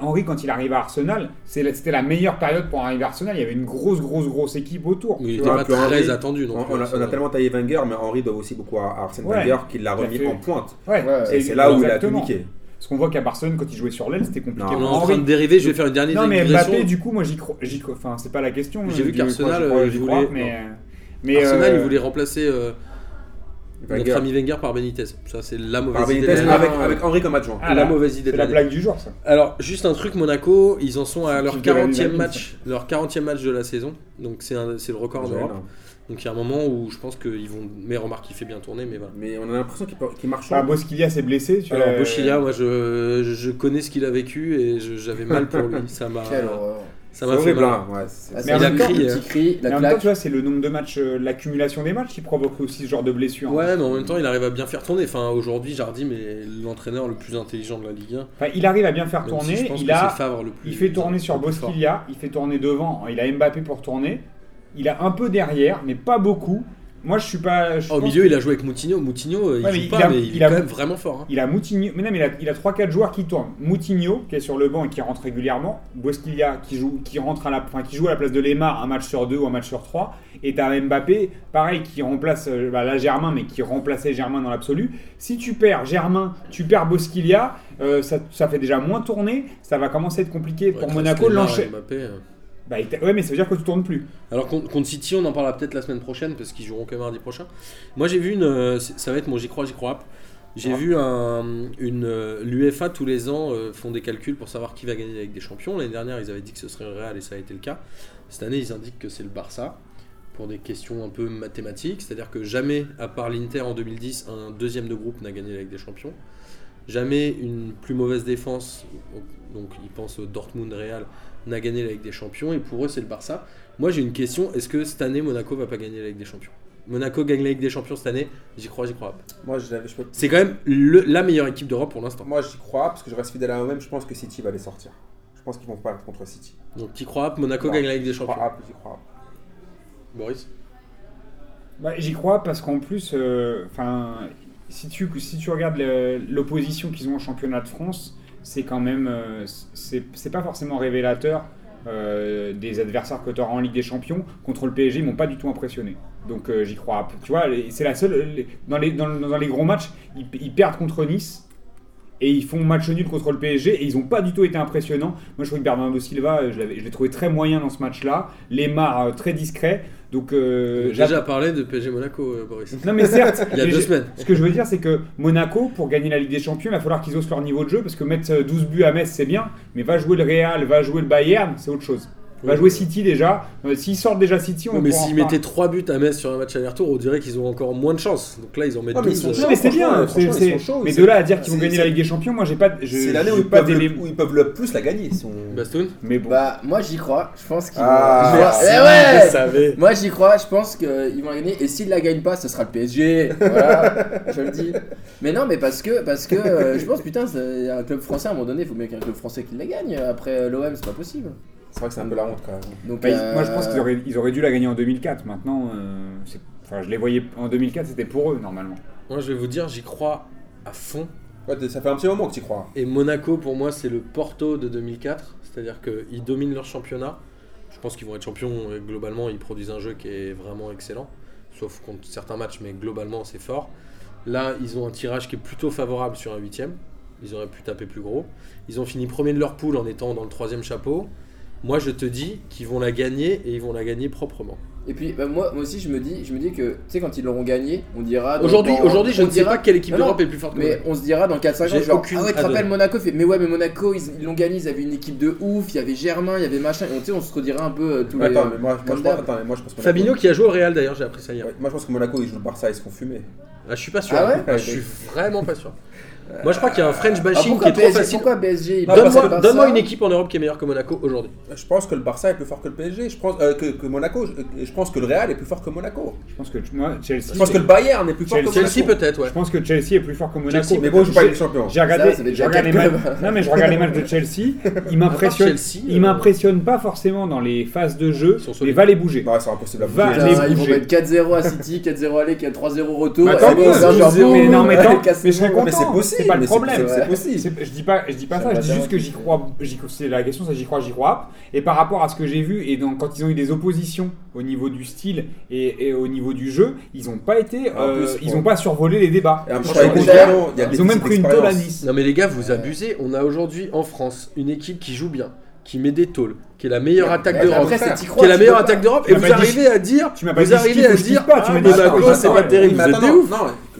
Henri, quand il arrive à Arsenal, c'est la- c'était la meilleure période pour arriver à Arsenal. Il y avait une grosse, grosse, grosse équipe autour. Mais il tu n'était vois, pas puis Henry, très attendu. On, non plus, on a, ça. on a tellement taillé Wenger, mais Henry doit aussi beaucoup à Arsène Ouais. Wenger qui l'a Tout à remis fait. en pointe. Ouais, Ouais, Et c'est là où il a tout exactement. niqué. Parce qu'on voit qu'à Barcelone, quand il jouait sur l'aile, c'était compliqué. Non, pour On est en Henry. train de dériver, je vais faire une dernière Non, mais digression. Mbappé, du coup, moi j'y crois. j'y crois- Enfin, c'est pas la question. hein, J'ai vu du- moi, qu'Arsenal, j'y crois, euh, j'y voulait- crois, non. mais. euh, mais, Arsenal, euh, il voulait remplacer euh, Wenger. Ah, notre ami Wenger par Benitez. Ça, c'est la mauvaise Par idée. Benitez, ah, de l'année. avec, avec Henry comme adjoint. Ah, la là, mauvaise idée C'est de la l'année. blague du jour, ça. Alors, juste un truc, Monaco, ils en sont à C'est leur qui de la 40e Ligue, match, leur 40e match de la saison. Donc, c'est un- c'est le record en Déjà Europe. énorme. Donc, il y a un moment où je pense qu'ils vont. Mais remarque, il fait bien tourner, mais voilà. Mais on a l'impression qu'il peut- qu'il marche. Enfin, Bosquilla s'est blessé. tu Alors, l'as- Bochilla, moi, je, je connais ce qu'il a vécu et je- j'avais mal pour lui. Ça m'a Quelle horreur. ça m'a fait horrible, mal. hein, ouais, c'est- Mais Ah, euh, c'est en le même temps- cri, le petit cri, Mais la en même temps, tu claque. vois, c'est le nombre de matchs, euh, l'accumulation des matchs qui provoque aussi ce genre de blessure. Ouais, mais en même temps, il arrive à bien faire tourner. Enfin, aujourd'hui, Jardim est l'entraîneur le plus intelligent de la Ligue 1. Enfin, il arrive à bien faire Même si tourner. je pense il que a, c'est Favre le plus- il fait tourner sur le plus fort. Bosquilla, il fait tourner devant, il a Mbappé pour tourner. Il a un peu derrière, mais pas beaucoup. Moi, je suis pas. je Ah, au pense milieu, que- il a joué avec Moutinho. Moutinho, euh, il Ouais, mais joue il pas, a- mais il, il est a- quand même vraiment fort. hein. il a Moutinho. Mais non, mais il a, il a 3-4 joueurs qui tournent. Moutinho, qui est sur le banc et qui rentre régulièrement. Bosquilla, qui joue, qui rentre à la, enfin, qui joue à la place de Lemar un match sur deux ou un match sur trois. Et t'as Mbappé, pareil, qui remplace euh, bah, là Germain, mais qui remplaçait Germain dans l'absolu. Si tu perds Germain, tu perds Bosquilla, euh, ça, ça fait déjà moins tourner. Ça va commencer à être compliqué Ouais, pour Kroos, Monaco. Neymar, l'enchaî- Mbappé, euh. Bah, il t'a- ouais, mais ça veut dire que tu tournes plus. Alors contre, contre City, on en parlera peut-être la semaine prochaine parce qu'ils joueront que mardi prochain. Moi, j'ai vu une. euh, c'est- Ça va être mon j'y crois, j'y crois. app. J'ai vu un, une. euh, L'UEFA tous les ans euh, font des calculs pour savoir qui va gagner avec des champions. L'année dernière, ils avaient dit que ce serait le Real et ça a été le cas. Cette année, ils indiquent que c'est le Barça pour des questions un peu mathématiques. C'est-à-dire que jamais, à part l'Inter en 2010, un deuxième de groupe n'a gagné avec des champions. Jamais une plus mauvaise défense, donc ils pensent au Dortmund Real, n'a gagné la Ligue des Champions et pour eux c'est le Barça. Moi j'ai une question, est-ce que cette année Monaco va pas gagner la Ligue des Champions Monaco gagne la Ligue des Champions cette année, j'y crois, j'y crois. Moi, je l'avais- je peux- C'est quand même le- la meilleure équipe d'Europe pour l'instant. Moi, j'y crois parce que je reste fidèle à moi-même. Je pense que City va les sortir. Je pense qu'ils vont pas être contre City. Donc t'y crois, Monaco Non. gagne la Ligue des J'y crois, Champions. ah, j'y crois. Boris Bah, J'y crois parce qu'en plus, euh, 'fin, si, tu, si tu regardes le- l'opposition qu'ils ont au championnat de France, c'est quand même. euh, c'est c'est pas forcément révélateur euh, des adversaires que tu en Ligue des Champions. Contre le PSG, ils m'ont pas du tout impressionné. Donc euh, j'y crois. Tu vois, les- c'est la seule. les- dans, les, dans, dans les gros matchs, ils, ils perdent contre Nice. Et ils font match nul contre le PSG et ils n'ont pas du tout été impressionnants. Moi je trouve que Bernardo Silva, euh, je l'avais- je l'ai trouvé très moyen dans ce match-là. Lemar euh, très discret. Donc euh, J'ai déjà parlé de PSG Monaco, euh, Boris. non mais certes, Il y a mais deux je- semaines. ce que je veux dire c'est que Monaco, pour gagner la Ligue des Champions, il va falloir qu'ils osent leur niveau de jeu parce que mettre euh, 12 buts à Metz c'est bien, mais va jouer le Real, va jouer le Bayern, c'est autre chose. Va Oui. jouer City déjà. Euh, S'ils sortent déjà City, on Non, mais pourra en s'ils reparler. mettaient 3 buts à Metz sur un match aller-retour, on dirait qu'ils ont encore moins de chance. Donc là ils en mettent Ah, mais ils 12. sont euh, chauds. Non, mais c'est Franchement, bien, euh, c'est- franchement, c'est- ils sont chauds, mais ils de sont- là à dire qu'ils vont c'est- gagner la Ligue des Champions, moi j'ai pas. je- C'est l'année je- où, j'ai ils peuvent le- d'éléments. où ils peuvent le plus la gagner. si on- Bastoun Mais bon. Bah, moi j'y crois, je pense qu'ils vont. Ah, je- merci, Eh ouais savais. Moi j'y crois, je pense qu'ils vont gagner. Et s'ils la gagnent pas, ce sera le PSG. Voilà, je le dis. Mais non, mais parce que, parce que euh, je pense, putain, c'est un club français à un moment donné, il faut bien qu'il y ait un club français qui la gagne. Après l'OM, c'est pas possible. C'est vrai que c'est un peu la honte quand même. Donc, Bah, ils- euh, Moi je pense qu'ils auraient, ils auraient dû la gagner en 2004. Maintenant, euh, c'est- enfin, je les voyais en 2004, c'était pour eux normalement. Moi je vais vous dire, j'y crois à fond. Ouais, t'es- ça fait un petit moment que tu crois. Et Monaco, pour moi, c'est le Porto de 2004. C'est-à-dire qu'ils dominent leur championnat. Je pense qu'ils vont être champions. et globalement, ils produisent un jeu qui est vraiment excellent. Sauf contre certains matchs, mais globalement, c'est fort. Là, ils ont un tirage qui est plutôt favorable sur un huitième. Ils auraient pu taper plus gros. Ils ont fini premier de leur poule en étant dans le troisième chapeau. Moi, je te dis qu'ils vont la gagner et ils vont la gagner proprement. Et puis bah, moi, moi aussi je me dis je me dis que tu sais quand ils l'auront gagné, on dira dans- Aujourd'hui, dans- aujourd'hui, je Ah, on ne sais dira- pas quelle équipe Non, non, d'Europe est plus forte que mais nous. on se dira dans 4-5 ans J'ai genre aucune ah ouais tu te à rappelles donner. Monaco fait mais ouais mais Monaco ils ils l'ont gagné, ils avaient une équipe de ouf, il y avait Germain, il y avait machin et on, tu sais, on se redira un peu euh, tous les Attends, mais moi, moi, comme je pense, d'hab. attends, mais moi je pense que Monaco- Fabinho qui a joué au Real d'ailleurs, j'ai appris ça hier. Ouais, moi je pense que Monaco ils jouent le Barça, ils se font fumer. Ah, je suis pas sûr. Ah ouais Ah, je suis vraiment pas sûr. Moi, je crois qu'il y a un French Ah, bashing qui pourquoi, est trop PSG, facile. pourquoi PSG il Non, bat Donne-moi le Barça donne-moi une équipe en Europe qui est meilleure que Monaco aujourd'hui. Je pense que le Barça est plus fort que le PSG, je pense euh, que, que Monaco, je, je pense que le Real est plus fort que Monaco. Je pense que moi, Chelsea. Je pense que le Bayern est plus fort que Monaco. Chelsea peut-être, ouais. Je pense que Chelsea est plus fort que Monaco. Chelsea, mais bon, ils jouent pas J'ai- les champions. J'ai regardé, Ça, ça fait j'ai déjà regardé les quelques- matchs. Non, mais je regarde les matchs de Chelsea. Ils m'impressionnent. Chelsea, euh, Ils m'impressionnent pas forcément dans les phases de jeu. Ils sont solides. Mais va les bouger. Non, Bah, c'est impossible à Va bouger. Putain, les Ah, ils vont bouger. mettre 4-0 à City, 4-0 aller, 4-3-0 retour. Mais et Bah, tant c'est mieux, bon, c'est un genre, mais non, mais boum, tant- casse- mais je serais content. euh, mais c'est possible, C'est pas le mais c'est- problème. c'est- c'est possible. C'est- Je dis pas, je dis pas Ça ça. va Je dis bien. juste que j'y crois. j'y crois- C'est la question, c'est j'y crois, j'y crois. pas. Et par rapport à ce que j'ai vu et dans- quand ils ont eu des oppositions au niveau du style et, et au niveau du jeu, ils ont pas été, En euh, plus, ils bon. ont pas survolé les débats. Et après, Je je suis crois qu'il y a content. des talents, il y a des Ils ont même petites pris une tôle à expériences. Nice. Non mais les gars, vous abusez. On a aujourd'hui en France une équipe qui joue bien, qui met des tôles, qui est la meilleure Mais attaque après, d'Europe, c'est t'y crois, qui est la tu meilleure peux pas. attaque d'Europe, Tu et m'as vous pas dit arrivez à dire, tu m'as pas vous dit arrivez skip à ou skip dire, pas, tu ah, m'as dit Monaco skip, c'est pas d'accord, terrible, Mais vous êtes attends, des non, ouf. non,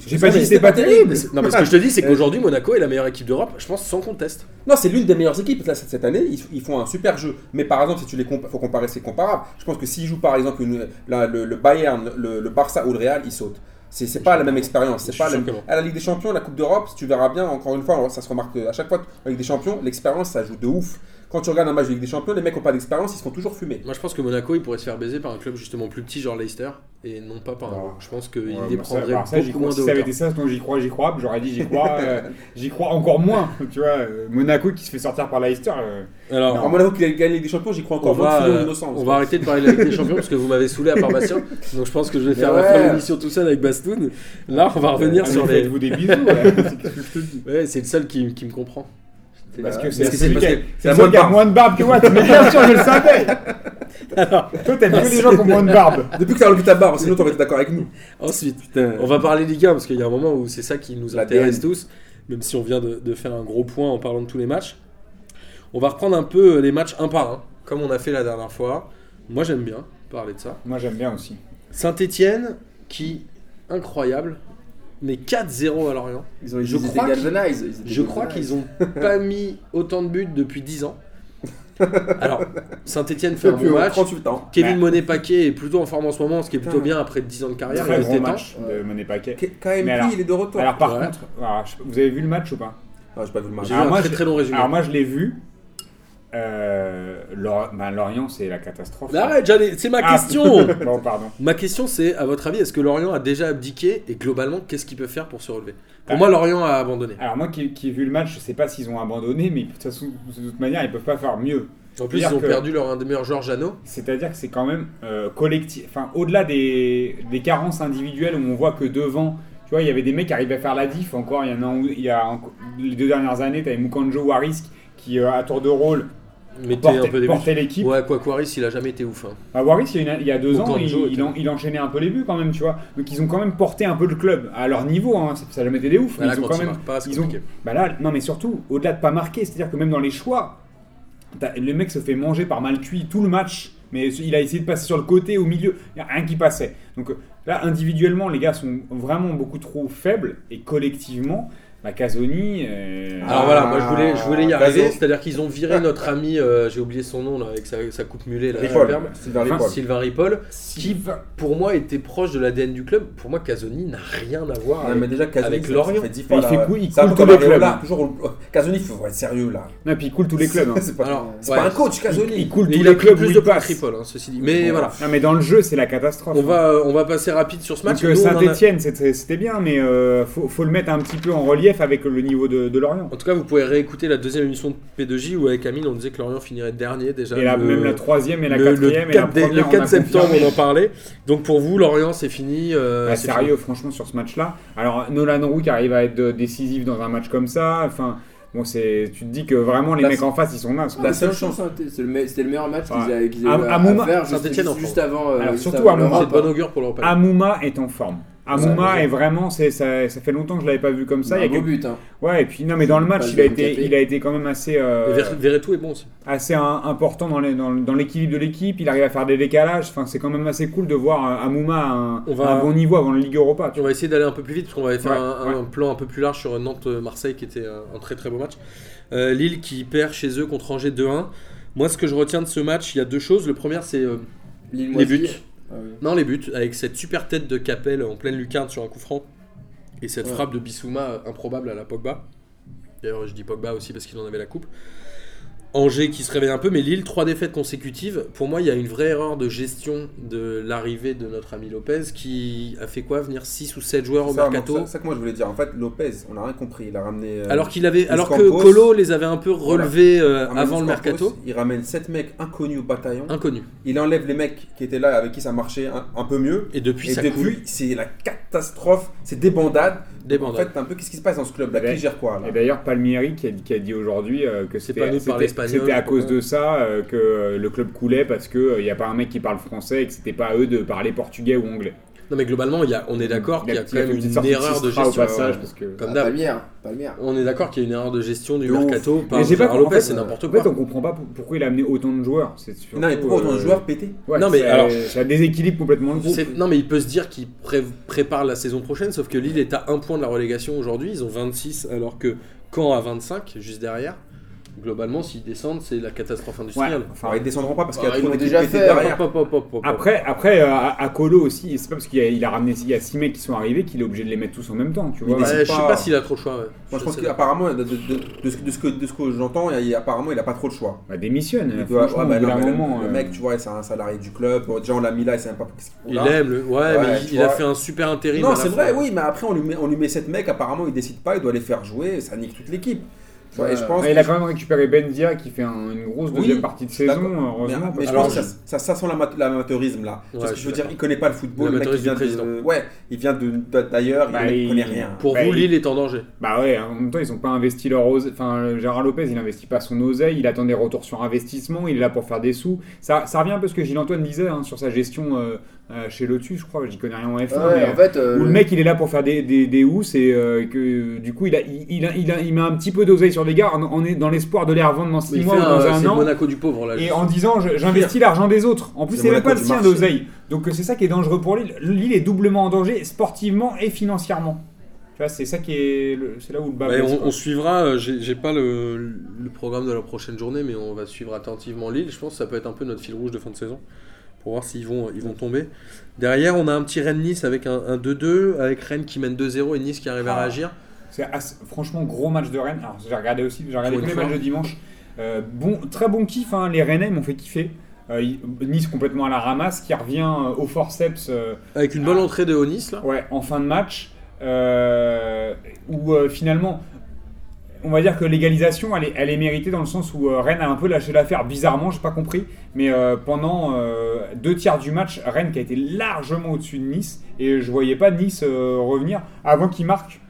J'ai je- pas je- dit que c'était pas terrible. Non mais ce que je te dis, c'est qu'aujourd'hui Monaco est la meilleure équipe d'Europe. Je pense sans conteste. Non, c'est l'une des meilleures équipes là, cette cette année. Ils, ils font un super jeu. Mais par exemple, si tu les compa- faut comparer, c'est comparable. Je pense que s'ils jouent par exemple une- la- le, le Bayern, le, le Barça ou le Real, ils sautent. C'est c'est pas la même expérience. Je C'est suis pas la, sûr que non. à la Ligue des Champions, la Coupe d'Europe, tu verras bien. Encore une fois, ça se remarque euh, à chaque fois en Ligue des Champions, l'expérience ça joue de ouf. Quand tu regardes un match de Ligue des Champions, les mecs qui ont pas d'expérience, ils se font toujours fumer. Moi je pense que Monaco, il pourrait se faire baiser par un club justement plus petit genre Leicester et non pas par. Ouais. un Je pense qu'il Ouais, les bah, ça- Euh, prendrait bah, ça, j'y beaucoup crois. moins de Si ça avait hauteur. été ça, sinon j'y crois, j'y crois. J'aurais dit j'y crois, euh, j'y crois encore moins. Tu vois, euh, Monaco qui se fait sortir par Leicester. euh, Alors Alors, moi, l'avoue qu'il a gagné la Ligue des Champions, j'y crois On encore moins va, que euh, l'innocence. on va arrêter de parler de la Ligue des Champions parce que vous m'avez saoulé à part Bastien. Donc je pense que je vais faire Mais la fin de ouais. l'émission tout seul avec Bastoun. Là, on va revenir ah, sur mais les. Faites-vous des bisous. ouais. C'est ce que je te dis. Ouais, c'est le seul qui, qui me comprend. Parce que Bah, c'est parce que c'est- celui parce qui a- que c'est la le seul moindre qui a barbe. moins de barbe que moi. Mais bien sûr, je le savais. Toi, t'aimes que les gens qui ont moins de barbe. Depuis que t'as enlevé ta barre, sinon t'aurais été d'accord avec nous. Ensuite, on va parler Ligue 1 parce qu'il y a un moment où c'est ça qui nous La intéresse DN. tous, même si on vient de, de faire un gros point en parlant de tous les matchs. On va reprendre un peu les matchs un par un, comme on a fait la dernière fois. Moi, j'aime bien parler de ça. Moi, j'aime bien aussi. Saint-Etienne, qui, incroyable, mais 4-0 à Lorient. Ils ont- Je ils étaient crois qu'ils- galvanized, ils étaient Je crois galvanized. qu'ils ont pas mis autant de buts depuis 10 ans. Alors, Saint-Etienne fait un Depuis bon euh, match. 38 ans. Kevin Ouais. Monet-Paquet est plutôt en forme en ce moment, ce qui est plutôt Putain. bien après 10 ans de carrière. Ah, il Très reste gros des temps. match de Monet Paquet. Mais alors- KMP, il est de retour. Alors, par Ouais. contre, alors, je- vous avez vu le match ou pas Ah, j'ai pas vu le match. J'ai vu Alors, un moi, très je- très long résumé. Alors, moi, je l'ai vu. Euh, Lor- ben, Lorient, c'est la catastrophe. Mais arrête, j'allais- c'est ma Ah. question Bon, pardon. Ma question c'est, à votre avis, est-ce que Lorient a déjà abdiqué et globalement, qu'est-ce qu'il peut faire pour se relever Pour Ah. moi, Lorient a abandonné. Alors moi qui, qui ai vu le match, je sais pas s'ils ont abandonné, mais de toute façon, de toute manière, ils peuvent pas faire mieux. En plus, C'est-à-dire ils ont que- perdu leur un des meilleurs joueurs, Jeannot. C'est-à-dire que c'est quand même euh, collectif. Enfin, au-delà des, des carences individuelles où on voit que devant, tu vois, il y avait des mecs qui arrivaient à faire la diff. Encore, il y en a, un ou- il y a enco- les deux dernières années, t'avais Mukanjo ou Haris qui, euh, à tour de rôle, Mettez un portait, peu des buts. portait l'équipe. Ouais, quoi qu'Aris, il a jamais été ouf. hein. Bah, Waris, il y a, une- il y a deux Autant ans, de il, jeux, il en- il enchaînait un peu les buts quand même, tu vois. Donc ils ont quand même porté un peu le club à leur niveau. Hein. Ça, ça jamais été des ouf, Voilà, mais ils ont Bah, quand quand il même. marque pas, c'est ils ont- compliqué. bah là, non, mais surtout, au-delà de pas marquer, c'est-à-dire que même dans les choix, t'as- le mec se fait manger par mal cuit tout le match. Mais il a essayé de passer sur le côté, au milieu, il n'y a rien qui passait. Donc euh, là, individuellement, les gars sont vraiment beaucoup trop faibles. Et collectivement, bah, Casoni. euh, Alors voilà, moi je voulais, je voulais y Ah, Gazo. arriver, c'est-à-dire qu'ils ont viré notre ami, euh, j'ai oublié son nom là, avec sa, sa coupe mulet là, superbe, Ripoll, Sylvain Enfin, Ripoll. Sylvain Ripoll, Steve- pour moi était proche de l'ADN du club. Pour moi, Casoni n'a rien à voir. Non, avec- mais déjà, Casoni, avec ça- ça Lorient. fait dix fois, Il là, fait ouais. cou- il C'est un peu coule comme tous les Areola, clubs. toujours au- Casoni, il faut être sérieux là. Non, puis il coule tous les clubs. hein. C'est pas, Alors, c'est ouais, pas un coach, Il, il Casoni. coule mais tous il a les pris clubs. plus où de il points que passe. Ripoll, hein, ceci dit. Mais voilà, Non, mais dans le jeu, c'est la catastrophe. on va, euh, on va passer rapide sur ce match. Donc euh, Nous, on en a- Saint-Etienne, c'était c'était bien, mais euh, faut, faut le mettre un petit peu en relief avec le niveau de, de Lorient. En tout cas, vous pouvez réécouter la deuxième émission de P2J où avec Amine on disait que Lorient finirait dernier déjà. Et la, Le- même la troisième et la le, le quatrième et la 4, dé- première. Ah, le on a 4 septembre, confirmé. on en parlait. Donc pour vous, Lorient, c'est fini. euh, Bah, c'est sérieux, franchement, sur ce match-là. Alors, Nolan Roux qui arrive à être euh, décisif dans un match comme ça. Enfin, bon, c'est, tu te dis que vraiment, les Bah, mecs c'est- en face, ils sont minces. la Ouais, seule c'est chance. un- C'était le, me- c'était le meilleur match qu'ils Ouais. avaient qu'ils À- avaient à à, Mouma- faire juste, Saint-Etienne en juste avant. euh, Alors, juste surtout à fini. avant Mouma. C'est l'Europe, Ah, de bon hein. augure pour l'Europe. Amouma est en forme. Amouma est vraiment, c'est, ça, ça fait longtemps que je l'avais pas vu comme ça. Bah, un Il y a beau quelques- but, hein. Ouais, et puis non, mais dans le match, il Pas a, le été, handicapé. il a été quand même assez, euh, Ver- Verretou est bon aussi. assez un- important dans, les- dans, dans l'équilibre de l'équipe. Il arrive à faire des décalages. Enfin, c'est quand même assez cool de voir euh, Amouma à un, On va- à un bon niveau avant la Ligue Europa. Tu On va essayer d'aller un peu plus vite parce qu'on va faire Ouais, un, un plan un peu plus large sur Nantes-Marseille qui était un, un très très beau match. Euh, Lille qui perd chez eux contre Angers 2-1. Moi, ce que je retiens de ce match, il y a deux choses. Le premier, c'est euh, Lille les Moisy. buts. Ah oui. Non, les buts, avec cette super tête de Capel en pleine lucarne sur un coup franc et cette Ouais. frappe de Bissouma euh, improbable à la Pogba. D'ailleurs, je dis Pogba aussi parce qu'il en avait la coupe. Angers qui se réveille un peu, mais Lille, trois défaites consécutives. Pour moi, il y a une vraie erreur de gestion de l'arrivée de notre ami Lopez qui a fait quoi Venir 6 ou 7 joueurs au C'est ça, mercato c'est ça que moi je voulais dire. En fait, Lopez, on n'a rien compris. Il a ramené. euh, alors qu'il avait, alors que Campos. Colo les avait un peu Voilà. relevés euh, ramené avant le Campos, mercato. Il ramène 7 mecs inconnus au bataillon. Inconnu. Il enlève les mecs qui étaient là avec qui ça marchait un, un peu mieux. Et depuis, et ça depuis, coule. c'est la catastrophe. C'est des bandades. Des En bandes. fait, un peu qu'est-ce qui se passe dans ce club là Ouais. Qui gère quoi là Et d'ailleurs, Palmieri qui a, qui a dit aujourd'hui euh, que C'est c'était pas nous c'était- par l'espagnol, c'était à je cause comprends. de ça euh, que euh, le club coulait parce qu'il n'y a pas un mec qui parle français et que c'était pas à eux de parler portugais ou anglais. Non mais globalement, il y a- on est d'accord qu'il y a quand petite- même petite une sortie erreur de Sistra gestion. euh, au passage parce que. Comme Ah, d'hab. Palmière, Palmière. On est d'accord qu'il y a une erreur de gestion du De ouf. mercato par Mais j'ai pas Gérard compris, en Lopez, fait, c'est euh, n'importe En fait, quoi. on comprend pas pour- pourquoi il a amené autant de joueurs. C'est surtout, Non, mais pourquoi autant de euh, joueurs pétés ouais, Non, mais c'est- alors- ça déséquilibre complètement le groupe. C'est- Non mais il peut se dire qu'il pré- prépare la saison prochaine, sauf que Lille est à un point de la relégation aujourd'hui, ils ont 26 alors que Caen a 25 juste derrière. Globalement, s'ils descendent, c'est la catastrophe Ouais, industrielle. enfin, Enfin, ils descendront pas parce qu'il y Bah, a ils trop l'ont d'équipes déjà pétées hein. fait, derrière. Hop, hop, hop, hop, hop. Après, après euh, à, à Colo aussi, et c'est pas parce qu'il a, il a ramené, il y a 6 mecs qui sont arrivés qu'il est obligé de les mettre tous en même temps, tu vois. Ouais, je sais pas- pas s'il a trop le choix. ouais. Moi, je pense sais pas. qu'apparemment, de, de, de- de ce, que- de ce que, de ce que j'entends, il- il- apparemment, il a pas trop le choix. Bah, démissionne, Il doit- ouais, franchement, bah, au bout non, d'un mais le- moment, le, euh, mec, tu vois, c'est un salarié du club. Bon, déjà, on l'a mis là, il sait même pas qu'est-ce qu'on il a. aime le. Ouais, Ouais, mais il, tu il a vois. fait un super intérim. à Non, la c'est fin. vrai, oui, mais après, on lui met, on lui met 7 mecs, apparemment, il décide pas, il doit les faire jouer, ça nique toute l'équipe. Tu vois, Ouais. et je pense ouais, que- il a quand même récupéré Bendia qui fait un- une grosse Oui, deuxième partie de saison, euh, d'accord. heureusement. Mais, euh, mais parce je Alors, pense que je- ça, ça, ça sent l'amat- l'amateurisme là. Ouais, Parce que je je veux suis dire, d'accord. il connaît pas le football. Le mec, il L'amateurisme vient du de... Ouais, il vient de- de- d'ailleurs, Bah, il il- ne connaît rien. Pour Bah, vous, il- Lille est en danger. Bah ouais, en même temps, ils ont pas investi leur oseille. Enfin, euh, Gérard Lopez, il investit pas son oseille, il attend des retours sur investissement, il est là pour faire des sous. Ça, ça revient un peu à ce que Gilles-Antoine disait hein, sur sa gestion euh, euh, chez Lotus, je crois, j'y connais rien en F1. Ouais, mais, en fait, euh, où le le- mec, il est là pour faire des, des, des housses et euh, que euh, du coup, il, a, il, il, a- il, a- il met un petit peu d'oseille sur les gars en, en- dans l'espoir de les revendre dans 6 Il mois fait ou dans un- c'est un le an. Monaco du pauvre là. Et en disant, je- j'investis l'argent des autres. En plus, C'est c'est même Monaco pas le du sien marché. d'oseille. Donc euh, c'est ça qui est dangereux pour Lille. Lille est doublement en danger sportivement et financièrement. Tu vois, c'est ça qui est, le- c'est là où le bas. Ouais, blesse, on, quoi. on suivra, euh, j'ai j'ai pas le, le programme de la prochaine journée, mais on va suivre attentivement Lille. Je pense que ça peut être un peu notre fil rouge de fin de saison pour voir s'ils vont, ils vont tomber. Derrière, on a un petit Rennes-Nice avec un, un 2-2, avec Rennes qui mène 2-0 et Nice qui arrive à Ah. réagir. C'est assez- franchement gros match de Rennes. Alors j'ai regardé aussi, j'ai regardé Pour tous une les fois. matchs de dimanche. Euh, bon, très bon kiff, hein. les Rennais m'ont fait kiffer. Euh, ils- nice complètement à la ramasse, qui revient euh, au forceps euh, Avec une bonne entrée de Onis là. ouais, en fin de match, euh, où euh, finalement, on va dire que l'égalisation, elle est, elle est méritée dans le sens où euh, Rennes a un peu lâché l'affaire, bizarrement, j'ai pas compris, mais euh, pendant euh, deux tiers du match, Rennes qui a été largement au-dessus de Nice, et je voyais pas Nice euh, revenir avant qu'il marque,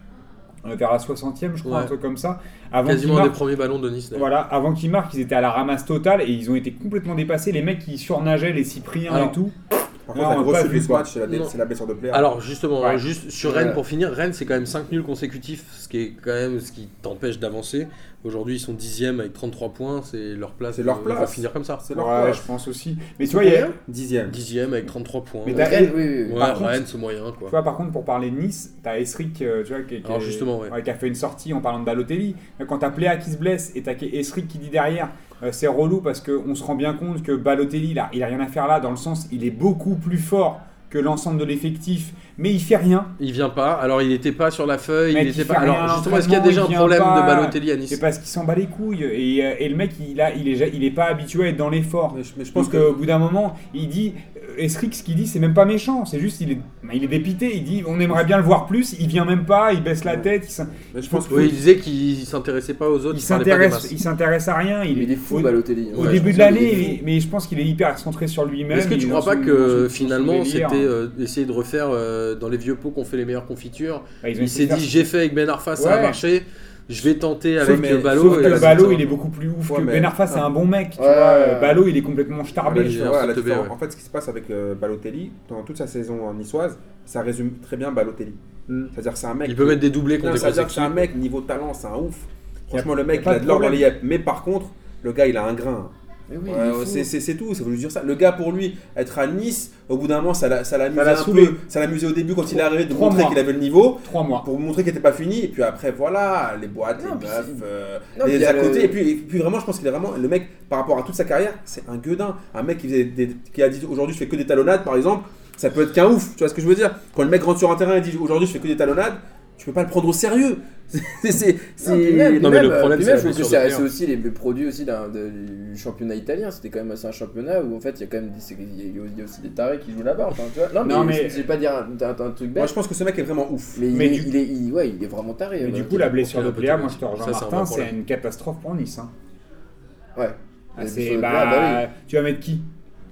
euh, vers la 60e, je crois, Ouais. un truc comme ça, avant qu'il Quasiment un marque. des premiers ballons de Nice. d'ailleurs. Voilà, avant qu'ils marquent, ils étaient à la ramasse totale et ils ont été complètement dépassés. Les mecs qui surnageaient, les Cypriens Alors, et tout. Par Non, contre, la on a grosse pas suite vu, de ce quoi. match, c'est la, dé- Non. c'est la blessure de Player. Alors justement, Ouais. juste sur Ouais. Rennes pour finir, Rennes c'est quand même 5 nuls consécutifs, ce qui est quand même ce qui t'empêche d'avancer. Aujourd'hui ils sont 10 avec 33 points, c'est leur place. C'est leur Ils vont place. finir comme ça. c'est leur Ouais, place. je pense aussi. Mais tu vois, il y a- Combien 10ème. 10 avec 33 points. Mais Ouais, t'as- Rennes, oui, oui, oui. par contre- Rennes c'est moyen quoi. Tu vois, par contre, pour parler de Nice, t'as Esric, euh, tu vois, qui, qui- Alors, justement, ouais. qui a fait une sortie en parlant de Balotelli. Quand t'as Pléa qui se blesse et t'as Esric qui dit derrière, euh, c'est relou parce qu'on se rend bien compte que Balotelli, là, il a rien à faire là, dans le sens, il est beaucoup plus fort que l'ensemble de l'effectif, mais il fait rien. Il vient pas. Alors il n'était pas sur la feuille. Mec, il il était fait pas. rien, Alors justement, est-ce qu'il y a entraînement, déjà il un vient problème pas. de Balotelli à C'est Nice parce qu'il s'en bat les couilles. Et, euh, et le mec, il, a, il, est, il est pas habitué à être dans l'effort. Mais je, mais je Je pense pense que. qu'au bout d'un moment, il dit. euh, Esric, ce qu'il dit, c'est même pas méchant. C'est juste, il est, il est dépité. Il dit, on aimerait bien le voir plus. Il vient même pas, il baisse la Ouais. tête. Il s'in- mais je pense que. Oui, il disait qu'il s'intéressait pas aux autres. il parlait pas des s'intéresse masses. il s'intéresse à rien. Il, Mais il est au, fou, Balotelli. au bah, Ouais, début je de pense qu'il l'année, est il- mais je pense qu'il est hyper concentré sur lui-même. Est-ce que il tu est crois dans pas son- hein. que euh, dans son- finalement dans son délire. c'était euh, d'essayer de refaire euh, dans les vieux pots qu'on fait les meilleures confitures Bah, ils ont Il essayé s'est de faire- dit j'ai fait avec Ben Arfa, ça a Ouais. marché. je vais tenter Sauf avec mais- Ballot. Sauf et que la Ballot, victoire. il est beaucoup plus ouf Ouais, que mais- Ben ah. Arfa, c'est un bon mec. Tu Ouais, vois. ouais, ouais. Ballot, il est complètement starbé. Ouais, tu il est- vois. Ouais, la Sainte-Bé, différence- ouais. En fait, ce qui se passe avec euh, Balotelli, dans toute sa saison en niçoise, ça résume très bien Balotelli. Mm. C'est-à-dire que c'est un mec. Il peut qui- mettre des doublés Non, contre des C'est-à-dire grosses que c'est un équipes. mec, niveau talent, c'est un ouf. Franchement, le y a mec, il pas a de de l'or dans les problème. yeux. Mais par contre, le gars, il a un grain. Mais Eh oui, Ouais, il est fou. c'est- c'est c'est tout, ça veut juste dire ça. Le gars, pour lui, être à Nice, au bout d'un moment, ça l'a- ça l'amusait Ça l'a un saoulé. peu. Ça l'amusait au début quand il est arrivé de Trois montrer mois. qu'il avait le niveau, Trois mois. pour montrer qu'il n'était pas fini. Et puis après, voilà, les boîtes, Non, les puis meufs, c'est- euh, Non, puis il les y a à côté. le- Et puis, et puis vraiment, je pense qu'il est vraiment. Le mec, par rapport à toute sa carrière, c'est un gueudin. Un mec qui, faisait des- qui a dit aujourd'hui, je fais que des talonnades, par exemple, ça peut être qu'un ouf. Tu vois ce que je veux dire Quand le mec rentre sur un terrain et dit aujourd'hui, je fais que des talonnades, tu peux pas le prendre au sérieux. C'est- c'est- Non, puis C'est. Non, même- puis mais le même, problème, puis c'est la même, je trouve que blessure c'est de c'est aussi les les produits aussi d'un- de- du championnat italien. C'était quand même assez un championnat où en fait il y a quand même des- c'est- il y a- il y a aussi des tarés qui jouent là-bas. Enfin, tu vois. Non, mais, Non, mais- je vais pas dire un, un- un truc Moi, bête, je pense que ce mec est vraiment ouf. mais, il, Mais est, du- il est, il- ouais, il est vraiment taré. euh, Mais ouais. du coup, la blessure de un peu Pléa, tout moi le- je te rejoins ça, c'est un vrai Martin, c'est problème. une catastrophe pour Nice. hein. Ouais. Ah, La c'est- blessure de bah, Pléa, bah Tu vas mettre qui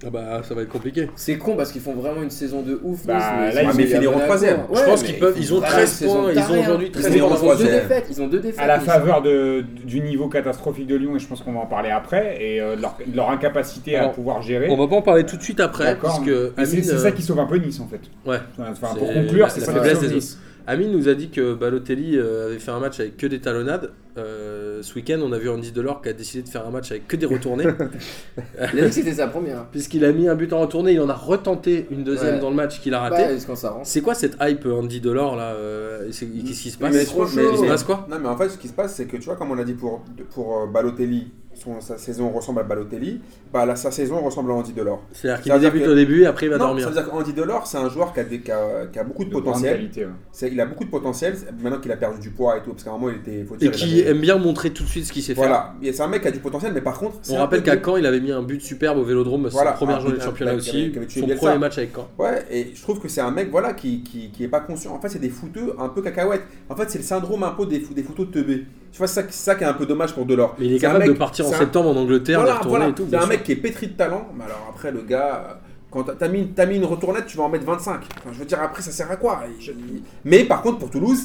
Ah bah, ça va être compliqué. C'est con parce qu'ils font vraiment une saison de ouf. Bah, Nice, là, ils Ah, sont mais mis à finiront Monaco. troisième. Ouais, je pense mais qu'ils peuvent. Ils ont font 13 vraiment points. une saison Ils ont tarée, hein. aujourd'hui Ils 13 ont- points en d'avance. Ils ont deux troisième. défaites. Ils ont deux défaites. à la mais ils- faveur de, du niveau catastrophique de Lyon, et je pense qu'on va en parler après, et euh, de, leur, de leur incapacité à Alors, pouvoir gérer. On va pas en parler tout de suite après, D'accord, parce mais que c'est Amine, c'est euh, ça qui sauve un peu Nice en fait. ouais, Enfin, C'est pour conclure, c'est la ça qui faiblesse sauve des Nice. Amine nous a dit que Balotelli euh, avait fait un match avec que des talonnades. Euh, ce week-end, on a vu Andy Delors qui a décidé de faire un match avec que des retournées. Il a dit que c'était sa première. Puisqu'il a mis un but en retournée, il en a retenté une deuxième Ouais. Bah, euh, dans le match qu'il a raté. Pas est-ce qu'on s'arrange C'est quoi cette hype euh, Andy Delors là euh, c'est- Qu'est-ce qui se passe Mais trop Il chaud. se passe quoi Non, mais en fait, ce qui se passe, c'est que tu vois, comme on a dit pour, pour euh, Balotelli, son, sa saison ressemble à Balotelli, bah, la, sa saison ressemble à Andy Delors. C'est-à-dire Ça qu'il veut dire débute que- au début et après il va non, ça dormir. veut dire qu'Andy Delors, c'est un joueur qui a, des- qui a- qui a beaucoup de, De grande potentiel. qualité, ouais. C'est- il a beaucoup de potentiel, maintenant qu'il a perdu du poids et tout, parce qu'à un moment, il était. Faut Et dire, il qui avait- aime bien montrer tout de suite ce qu'il sait faire. Voilà, Et c'est un mec qui a du potentiel, mais par contre. c'est On un rappelle peu qu'à nul. Caen, il avait mis un but superbe au Vélodrome, Voilà, sa première un journée de but championnat avec- aussi, avec- avec son Bielsa. premier match avec Caen. Ouais, et je trouve que c'est un mec voilà, qui, qui, qui est pas conscient. En fait, c'est des fouteux un peu cacahuètes. En fait, c'est le syndrome un peu des, fou- des fouteux teubés. Tu vois, c'est ça, qui- ça qui est un peu dommage pour Delors. Mais il est C'est un capable mec- de partir en c'est un- septembre en Angleterre, de Voilà, retourner voilà. et tout. C'est bien un sûr. mec qui est pétri de talent, mais alors après, le gars, euh, quand t'as- t'as mis, une- t'as mis une retournette, tu vas en mettre 25. Enfin, je veux dire, après, ça sert à quoi Je- Mais par contre, pour Toulouse,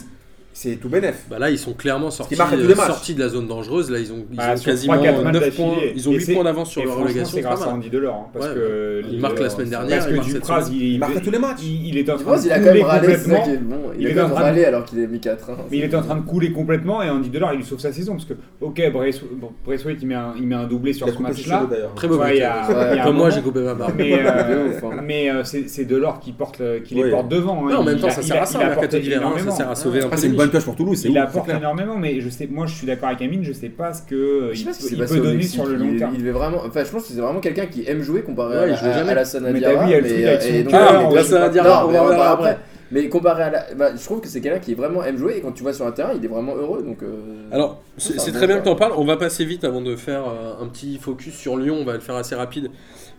c'est tout bénef. Bah là, ils sont clairement sortis, marque à tous euh, les matchs. sortis de la zone dangereuse. Là, ils ont, ils Bah, ont sur quasiment trois, quatre matchs 9 points. d'affilée. Ils ont Et 8 c'est- points d'avance Et sur leur franchement, relégation. c'est C'est pas grâce à mal. Andy Delors. hein, parce Ouais, que euh, Il marque la semaine dernière. Parce il que marque cette Dupraz, semaine. il, Il marque à tous les matchs. il, il est en Je train pense de qu'il a quand couler même râlé, c'est ça complètement. qui est bon. Il, Il a est quand en même train de- râlé alors qu'il est hein. mis 4 1 Mais il était en train de couler complètement et Andy Delors il lui sauve sa saison parce que ok Braithwaite bon, Braithwaite, il met un il met un doublé sur Il a ce coupé ses match-là. cheveux, d'ailleurs. Très beau Ouais, but. il y a- Ouais. il y a un Comme moi, moment. j'ai coupé ma barbe. Mais, euh, De ouf, hein. mais euh, c'est c'est Delors qui, porte, le- qui les Oui. porte devant. hein. Ouais, en même Il temps, a- ça il sert a- à ça, il le apporte mercato d'hiver. hein, Ça énormément. sert à sauver un peu. c'est une les bonne miches. pioche pour Toulouse, c'est ouf, Il apporte c'est clair. énormément, mais je sais, moi je suis d'accord avec Amine, je sais pas ce que euh, Je il, sais pas ce qui peut, s'est il passé peut au donner Mexique, sur le long il- terme. Il est vraiment, enfin, je pense que c'est vraiment quelqu'un qui aime jouer comparé Ouais, il à, joue jamais. à, à la Sana Mais Diarra. t'as vu, il y a le truc avec son et donc, cœur, mais on bien la sûr, Sana pas- Diarra, non, on mais en on verra verra après. après. Mais comparé à la, bah, je trouve que c'est quelqu'un qui vraiment aime jouer et quand tu vois sur un terrain, il est vraiment heureux. Donc, euh, Alors, c'est C'est c'est un très bon bien que choix. t'en parles. On va passer vite avant de faire euh, un petit focus sur Lyon. On va le faire assez rapide.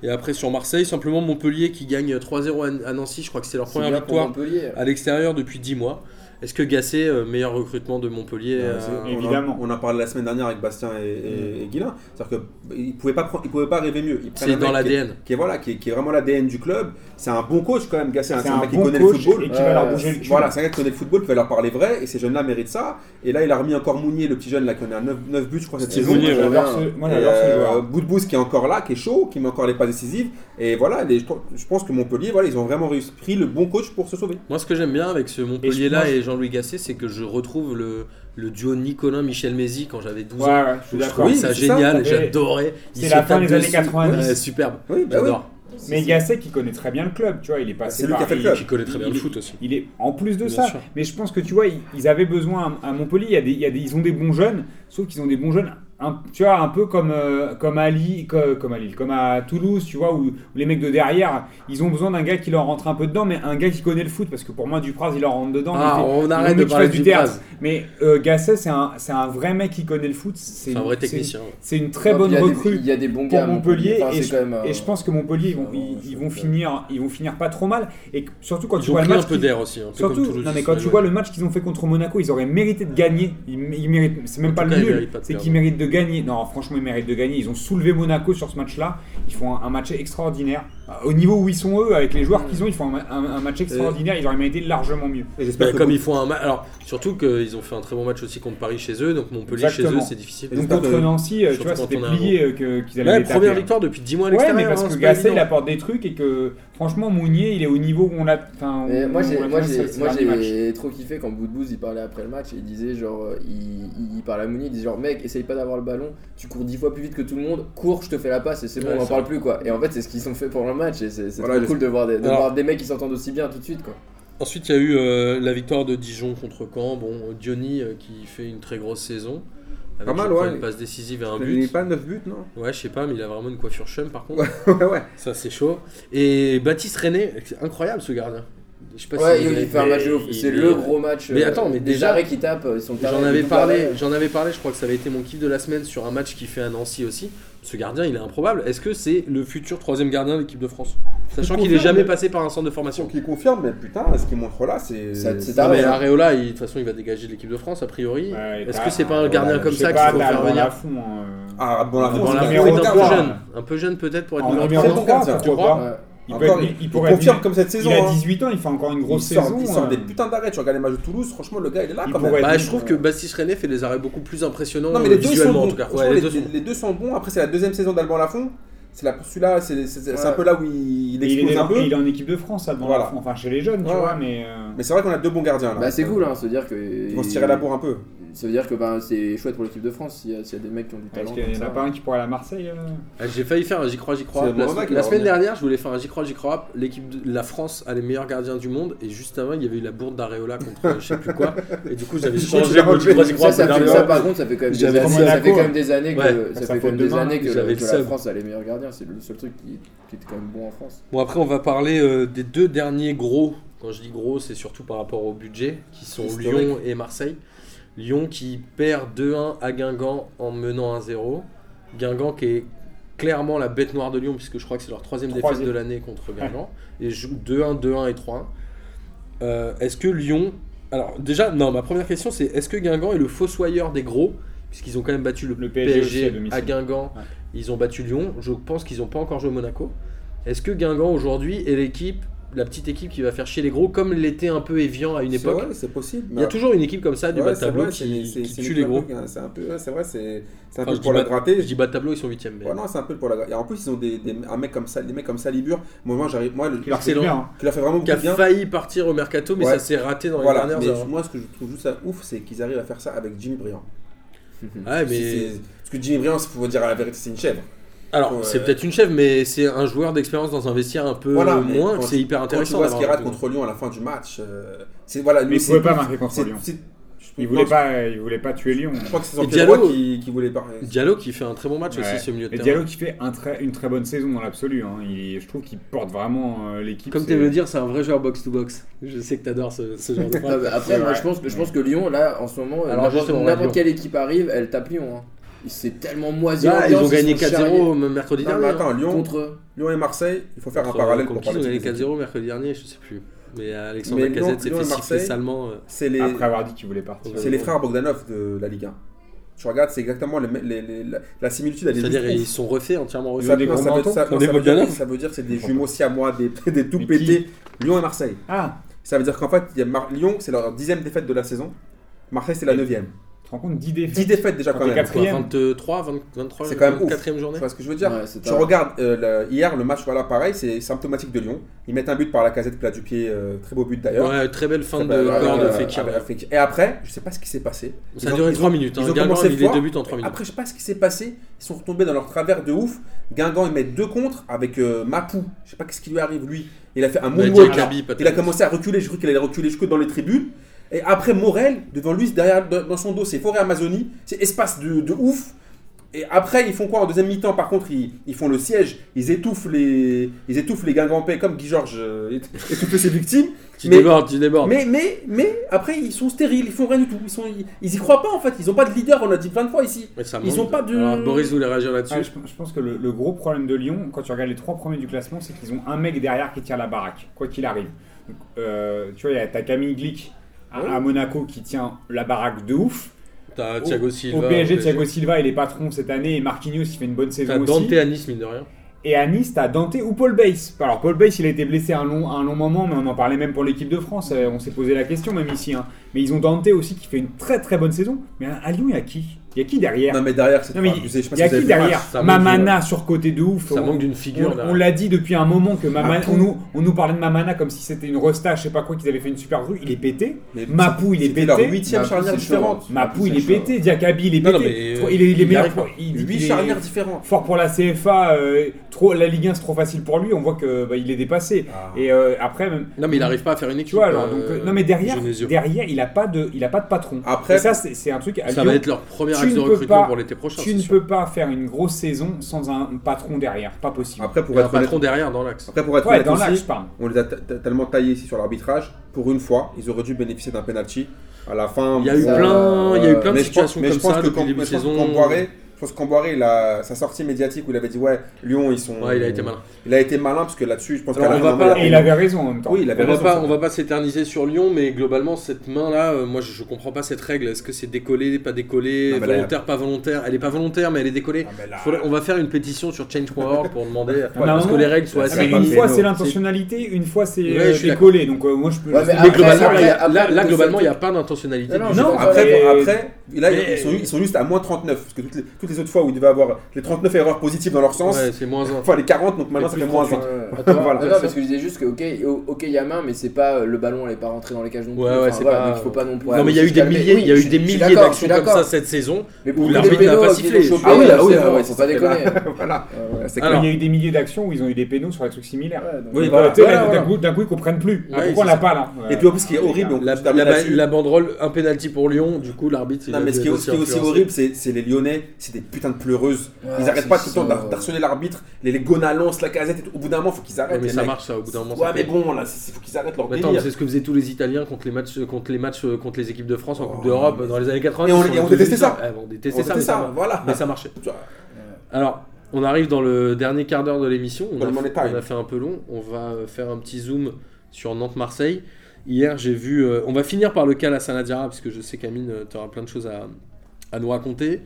Et après sur Marseille. Simplement Montpellier qui gagne 3-0 à- à Nancy. Je crois que c'est leur c'est première bien pour victoire Montpellier. à l'extérieur depuis 10 mois. Est-ce que Gasset, euh, meilleur recrutement de Montpellier Bah, Ouais, euh, c'est- on en- évidemment. Mm. On en parlait la semaine dernière avec Bastien et, et, et Guilain. C'est-à-dire qu'ils pouvaient pas, prendre- ils pouvaient pas rêver mieux. Ils prennent C'est un dans mec qui est- l'ADN. Qui est, voilà, qui est, qui est vraiment l'ADN du club. C'est un bon coach quand même, Gasset. hein. C'est C'est un, un mec bon qui connaît le coach football. et qui va leur Euh, bouger le cul. Voilà, c'est un gars qui connaît le football, qui va leur parler vrai, et ces jeunes-là méritent ça. Et là, il a remis encore Mounier, le petit jeune là, qui en a 9, 9 buts, je crois, cette C'est saison. Mounier, Moi, ouais. j'adore ce- Moi Et, j'adore ce euh, joueur. Boudbouz qui est encore là, qui est chaud, qui met encore les passes décisives. Et voilà, les- je tr- je pense que Montpellier, voilà, ils ont vraiment réussi, pris le bon coach pour se sauver. Moi, ce que j'aime bien avec ce moi, Montpellier-là je- et, Jean-Louis Gasset, c'est que je retrouve le, le duo Nicolin-Michel Mézi quand j'avais 12 Ouais, ans. ouais, je suis Je d'accord. trouvais ça Oui, c'est ça, génial, mais- j'adorais. C'est Il la se fin tape des années Ah dessus. 90. Ouais, superbe, Oui, bah oui. j'adore. Mais Gasset qui connaît très bien le club, tu vois, il est passé C'est lui par- qui a fait le il- club. Qui connaît très bien il- le foot aussi. Il est en plus de Bien ça, sûr. mais je pense que tu vois, ils, ils avaient besoin à, à Montpellier. Il y a des, il y a des- ils ont des bons jeunes, sauf qu'ils ont des bons jeunes, un- tu vois, un peu comme euh, comme à Lille, comme, comme à Lille, comme à Toulouse, tu vois, où, où les mecs de derrière, ils ont besoin d'un gars qui leur rentre un peu dedans, mais un gars qui connaît le foot, parce que pour moi, Dupraz, il leur rentre dedans. Ah, mais il fait- on il vaut arrête mieux de qu'il parler fasse de du Dupraz. théâtre. Mais euh, Gasset, c'est un c'est un vrai mec qui connaît le foot. C'est C'est un vrai une- c'est- technicien. ouais. C'est une très Non, bonne puis il y a des- recrue Il y a des bons pour gars à Montpellier, Enfin, et, c'est je, quand même un- et je pense que Montpellier ils vont, c'est ils, un- ils vont c'est- finir ils vont finir pas trop mal et que- surtout quand tu Ils ont vois le pris un match peu qu'ils- d'air aussi. Un peu comme surtout Toulouse, non mais ils quand sont tu vois éloignés. le match qu'ils ont fait contre Monaco ils auraient mérité de gagner ils, mé- ils méritent c'est même En pas tout le cas, ils nul méritent pas de c'est qu'ils perdre. méritent de gagner non franchement ils méritent de gagner ils ont soulevé Monaco sur ce match là ils font un, un match extraordinaire Bah, au niveau où ils sont eux, avec les joueurs qu'ils ont, ils font un, un- un match extraordinaire, ils auraient mérité largement mieux. Et j'espère Bah, que comme Bo- ils font un match. Alors, surtout qu'ils ont fait un très bon match aussi contre Paris chez eux, donc Montpellier chez eux, Exactement. c'est difficile. Et Donc j'espère contre que- Nancy, euh, tu surtout vois, quand c'était on a un plié euh, que- qu'ils allaient Ouais, les taper, première hein. victoire depuis 10 mois à Ouais, l'extérieur. mais parce hein, que c'est pas Gasset, il évident. apporte des trucs et que franchement, Mounier, il est au niveau où on l'a. enfin, Mais où moi on j'ai moi l'attendait sur j'ai ces moi derniers matchs. j'ai trop kiffé quand Boudbouz il parlait après le match et il disait genre euh, il, il parlait à Mouni il disait genre mec essaye pas d'avoir le ballon tu cours 10 fois plus vite que tout le monde cours je te fais la passe et c'est bon Ouais, on en ça. parle plus quoi et en fait c'est ce qu'ils ont fait pendant le match et c'est c'est Voilà, trop cool de voir des de Alors- voir des mecs qui s'entendent aussi bien tout de suite quoi Ensuite, il y a eu euh, la victoire de Dijon contre Caen. Bon, euh, Diony euh, qui fait une très grosse saison. Avec, Pas mal, je crois, ouais. Une passe décisive et un Il n'y a but. pas 9 buts, non Ouais, je sais pas, mais il a vraiment une coiffure chum par contre. Ouais, ouais. Ça, c'est chaud. Et Baptiste René, c'est incroyable ce gardien. Je sais pas ouais si vous il avez- fait un match de ouf il- c'est il- le gros match Mais euh, attends, mais des déjà- arrêts qui tapent ils sont J'en tarés, avais ils parlé, tapent. j'en avais parlé, je crois que ça avait été mon kiff de la semaine sur un match qui fait à Nancy aussi. Ce gardien, il est improbable. Est-ce que c'est le futur troisième gardien de l'équipe de France Sachant qu'il est confirme. jamais passé par un centre de Sur formation. qui confirme, mais putain, ce qu'il montre là, c'est. Ça- c'est Non, Ah mais ouais. Areola, il- de toute façon, il va dégager de l'équipe de France, a priori. Ouais, Est-ce t'as- que c'est pas un gardien je comme sais ça pas, qu'il faut t'as faire Bon venir Lafond, euh, Ah, bon, la Bon, Bon, la la numéro est un peu trois. jeune. Un peu jeune peut-être pour être En numéro numéro trois. trois, 3, tiens, pourquoi tu pas Ouais. il, peut Encore, être- il, il pourrait être- confirme comme cette il saison. a hein. 18 ans, il fait encore une Il grosse sort, saison. il sort des euh, putains d'arrêts. Tu regardes les matchs de Toulouse, franchement, le gars, il est là Il quand pourrait même. être- Bah, je trouve Ouais. que Baptiste René fait des arrêts beaucoup plus impressionnants Non, mais euh, les deux sont visuellement bons. en tout cas. Je Ouais, trouve les deux les- sont- les deux sont bons. Après, c'est la deuxième saison d'Alban Lafont. C'est la celui-là, c'est c'est- c'est Ouais. un peu là où il, il Il est, explose un dans- peu. il est en équipe de France, ça, devant Voilà. Lafond. enfin chez les jeunes, tu Ouais, vois, ouais. mais. euh, Mais c'est vrai qu'on a deux bons gardiens là. bah c'est cool hein se dire que Ils vont se tirer la bourre un peu. ça veut dire que bah, c'est chouette pour l'équipe de France s'il y, a- s'il y a des mecs qui ont du talent Est-ce qu'il n'y comme en a ça. pas un qui pourrait aller à Marseille euh Ah, J'ai failli faire un j'y crois, j'y crois. C'est La, Morava qui la va semaine revenir. dernière, je voulais faire un j'y crois, j'y crois. L'équipe de la France a les meilleurs gardiens du monde. Et juste avant, il y avait eu la bourde d'Areola contre euh, je sais plus quoi. Et du coup, j'avais Je crois que changé tu l'as mon j'y crois, j'y enlevé. crois. ça, ça, pour fait, Darwin. ça, par contre, ça fait quand même des J'avais années, dit ça fait Monaco. quand même des années que, Ouais, ça ça fait faut quand même des demain, années que, j'avais que le la seum. France a les meilleurs gardiens. C'est le seul truc qui, qui est quand même bon en France. Bon, après, on va parler euh, des deux derniers gros. Quand je dis gros, c'est surtout par rapport au budget, qui sont Historique. Lyon et Marseille. Lyon qui perd 2-1 à Guingamp en menant 1-0. Guingamp qui est clairement la bête noire de Lyon, puisque je crois que c'est leur troisième défaite Troisième. de l'année contre Guingamp. Et je- 2-1, 2-1 et 3-1. Euh, est-ce que Lyon. Alors, déjà, non, ma première question c'est est-ce que Guingamp est le fossoyeur des gros Puisqu'ils ont quand même battu le, Le PSG, PSG aussi à domicile. à Guingamp, Ouais. ils ont battu Lyon. Je pense qu'ils n'ont pas encore joué Monaco. Est-ce que Guingamp aujourd'hui est l'équipe, la petite équipe qui va faire chier les gros, comme l'était un peu Evian à une C'est époque vrai, C'est possible. Il y a mais- toujours une équipe comme ça du Ouais, bas de c'est tableau vrai, c'est- qui, c'est- qui c'est tue une les équipe gros. un peu- C'est un peu, ouais, c'est vrai, c'est c'est un Enfin, peu je dis pour la pas- gratter. Je dis bas de tableau, ils sont 8 mais Ouais, non, c'est un peu pour la. Et en plus, ils ont des, des, un mec comme ça, des mecs comme Salibur. Moi, moi j'arrive. Moi, le, Qui leur fait Excellent. bien, hein. qui leur fait vraiment qui a beaucoup bien. failli partir au mercato, mais Ouais. ça s'est raté dans les Voilà. dernières Mais heures. hein. moi, ce que je trouve juste ça ouf, c'est qu'ils arrivent à faire ça avec Jimmy Briand. Ouais, mais C'est- Parce que Jimmy Briand, il faut dire la vérité, c'est une chèvre. alors Ouais. c'est peut-être une chef, mais c'est un joueur d'expérience dans un vestiaire un peu Voilà, mais moins. quand- C'est hyper Quand tu intéressant. vois ce d'avoir qu'il un rate peu- contre Lyon à la fin du match, euh, c'est voilà. lui, Mais il pouvait c'est- pas marquer contre c'est- Lyon. c'est- je- Il non, voulait je- pas, euh, il voulait pas tuer Lyon. Je crois que c'est Et son pied Diallo- droit qui, qui voulait pas. Diallo qui fait un très bon match Ouais. aussi ce milieu de Et terrain. Diallo qui fait un très- une très bonne saison dans l'absolu. hein. Il- Je trouve qu'il porte vraiment euh, l'équipe. Comme c'est- tu veux dire, c'est un vrai joueur box-to-box. Je sais que t'adores ce, ce genre de Non, phrase. mais après, c'est moi, vrai. je pense, que, je pense que Lyon, là, en ce moment, Alors, n'importe- justement, ouais, Lyon. n'importe quelle équipe arrive, elle tape Lyon. hein. Ils- C'est tellement moisi. Ah, ils l'ambiance, ont gagné se font charrier 4-0 mercredi Non, mais dernier. hein. attends, Lyon, contre eux. Lyon et Marseille, il faut faire un Contre- parallèle contre pour qui ils parler ont de gagné cette équipe. 4-0 mercredi dernier, je sais plus. Mais Alexandre Mais Lacazette Lyon- s'est Lyon fait et siffler Marseille- salement. euh. C'est les, Après avoir dit qu'il voulait partir. c'est les frères Bogdanov de la Ligue 1. Tu regardes, c'est exactement les, les- les- la, la similitude. elle est C'est-à-dire juste ils sont refaits entièrement ouf. refaits. Ça- des non, gros ça veut- mentons, ça- comme non, des ça veut Bogdanov. dire- ça veut dire que c'est des comprends jumeaux siamois, des, des tout Mais qui- pétés. Lyon et Marseille. Ah, Ça veut dire qu'en fait, il y a Mar- Lyon, c'est leur dixième défaite de la saison. Marseille, c'est la neuvième. tu te rends compte 10 défaites. Dix défaites déjà Quand quand t'es même. quatre- Quoi, Quatrième. 23, 20 23, C'est quand même ouf. 24e journée. Tu vois ce que je veux dire Ouais, c'est Tu un- regardes euh, le- hier le match, voilà, pareil, c'est symptomatique de Lyon. Ils mettent un but par la casette plat du pied, euh, très beau but d'ailleurs. Ouais, très belle fin Ça de peut- euh, corps de euh, Fekir. avec- avec- Et après, je sais pas ce qui s'est passé. Ça Ils a ont- duré ils ont- 3 minutes. ils hein. ont Guingamp a commencé mis les fort. deux buts en 3 minutes. Après, je sais pas ce qui s'est passé. Ils sont retombés dans leur travers de ouf. Guingamp, ils mettent deux contre avec euh, Mapou. Je sais pas qu'est-ce qui lui arrive lui. Il a fait un Bah, moonwalk. Diakabi, pas Il a terrible. commencé à reculer. Je crois qu'il allait reculer jusque dans les tribunes. Et après Morel, devant lui, derrière dans dans son dos, c'est forêt Amazonie, c'est espace de, de ouf. Et après, ils font quoi en deuxième mi-temps Par contre, ils, ils font le siège, ils étouffent les, ils étouffent les Guingampais comme Guy Georges euh, étouffait ses victimes. Tu mais- débordes, tu débordes. Mais, mais, mais après, ils sont stériles, ils font rien du tout. Ils, sont, ils, ils y croient pas en fait, ils ont pas de leader, on l'a dit plein de fois ici. Mais ça Ils manque ont pas de- Ah Alors Boris voulait réagir là-dessus. Ouais, je, je pense que le, le gros problème de Lyon, quand tu regardes les trois premiers du classement, c'est qu'ils ont un mec derrière qui tient la baraque, quoi qu'il arrive. Donc, euh, tu vois, il y a- t'as Camille Glick à, à Monaco qui tient la baraque de ouf. T'as Thiago Silva. Au PSG, Thiago Silva, il est patron cette année et Marquinhos, il fait une bonne saison T'as Dante aussi. à Nice, mine de rien. Et à Nice, t'as Dante ou Paul Bass. Alors, Paul Bass, il a été blessé un long, un long moment, mais on en parlait même pour l'équipe de France. euh, On s'est posé la question, même ici. hein. Mais ils ont Dante aussi qui fait une très très bonne saison. Mais à à Lyon, il y a qui Il y a qui derrière Non, mais derrière, c'est Non, mais pas abusé. Je sais pas Il y a si vous avez qui vu le match. derrière ça manque Mamana sur côté de ouf. Ça on- manque d'une on, figure. là. on l'a dit depuis un moment que Mamana, Mapou. on, nous, on nous parlait de Mamana comme si c'était une resta, je sais pas quoi, qu'ils avaient fait une super rue. Il est pété. Mais Mapou, il est C'était leur pété. huitième Mapou, charnière c'est différente. Mapou, il c'est est chaud. pété. Diakabi, il est Non, non, pété. mais, Trop- Il est, il est il meilleur. arrive pas. pour- il- Huit il est- charnières différentes. Fort pour la CFA, euh, trop, la Ligue 1 c'est trop facile pour lui, on voit que bah, il est dépassé. Ah. Et euh, après, même, Non, mais il arrive pas à faire une équipe. tu vois, alors, donc, euh, euh, non mais derrière, Genesio. derrière il a pas de, il a pas de patron. Après- Et ça c'est c'est un truc. À ça Lyon, va être leur premier tu axe ne de peux recrutement pas- pour l'été prochain. tu c'est ne sûr. peux pas faire une grosse saison sans un patron derrière, pas possible. Après, Il pour y a un être honnête- patron derrière dans l'axe. après, pour être ouais, honnête dans l'axe, aussi, je parle. on les a t- t- tellement taillés ici sur l'arbitrage. Pour une fois, ils auraient dû bénéficier d'un penalty. À la fin, Il y a eu bon, euh, plein, il y a eu plein de mais je pense- situations mais comme je pense ça que depuis quand- le début mais de je pense que saison. Camboiré- je pense qu'Amboiré, il a- sa sortie médiatique où il avait dit Ouais, Lyon, ils sont. Ouais, il a été malin. Il a été malin parce que là-dessus, je pense Alors, qu'à on la va fin, pas- Et il avait raison en même temps. Oui, il avait On va, raison. pas, ça. on va pas s'éterniser sur Lyon, mais globalement, cette main-là, euh, moi je, je comprends pas cette règle. Est-ce que c'est décollé, pas décollé, Ah, bah là, volontaire, pas volontaire Elle est pas volontaire, mais elle est décollée. Ah, mais là- Faudrait- on va faire une pétition sur change.org pour demander Ouais, à ce que non. les règles soient Ah, Ah, assez mais pas une fait fois non. c'est l'intentionnalité, une fois c'est Ouais, euh, je suis décollé. Donc euh, moi je peux. Ouais, je- mais Mais après, globalement, après, là, il y a- après, là, là, de globalement, cette- il n'y a pas d'intentionnalité. Non, du non, tout. je Non, pense après, pas. bon, après là, Mais- ils, sont, ils sont juste à moins 39. Parce que toutes les, toutes les autres fois où ils devaient avoir les 39 erreurs positives dans leur sens, Ouais, c'est moins un. enfin les 40, donc maintenant Et ça plus fait moins 20. 38. Attends, Voilà. non, non, parce que je disais juste que, ok, o- ok, il y a main, mais c'est pas euh, le ballon, elle est pas rentrée dans les cages non plus. Ouais, ouais, Enfin, c'est voilà, pas- euh, donc il faut pas non plus. non, mais il y a eu des milliers, il y a eu des milliers d'actions comme ça cette saison. Mais où pour l'arbitre les n'a pas pénaux qui sifflé. les chopent, Ah oui, ah oui, c'est ah bon, ouais, faut pas c'est déconner. voilà, Ouais, ouais. c'est Alors- il y a eu des milliers d'actions où ils ont eu des pénaux sur des trucs similaires. Ouais, donc- Oui, Et voilà. tu sais, Voilà, là, voilà. D'un coup, d'un coup, ils comprennent plus. Ouais, Pourquoi on c'est l'a ça. pas là Et puis en plus, ce qui est horrible, on La, se termine la- là-dessus. la banderole, un penalty pour Lyon, du coup, l'arbitre. il Non, a mais ce qui est, ce qui est aussi influencé. horrible, c'est c'est les Lyonnais, c'est des putains de pleureuses. Ah, ils arrêtent c'est pas tout le temps ça. d'har- d'harceler l'arbitre, les, les Gonalons, la casette, et tout. au bout d'un moment, faut qu'ils Ouais, arrêtent. mais les ça mecs. marche, ça, au bout d'un moment. ça Ouais, mais paye. bon, là, c'est- faut qu'ils arrêtent leur Mais Attends, mais délire. c'est ce que faisaient tous les Italiens contre les matchs, contre les matchs, euh, contre les équipes de France en Coupe Oh. d'Europe dans les années 90. Et on- les et on faisait détestait ça. Ouais, bon, Eh, on détestait C'est ça, ça, mais voilà. mais ça marchait. Tu vois, Alors, on arrive dans le dernier quart d'heure de l'émission. On, Dans a- le Money Time. on a fait un peu long. On va euh, faire un petit zoom sur Nantes-Marseille. Hier, j'ai vu. euh, on va finir par le cas La Sanadiara, parce que je sais, Camille, tu auras plein de choses à, à nous raconter.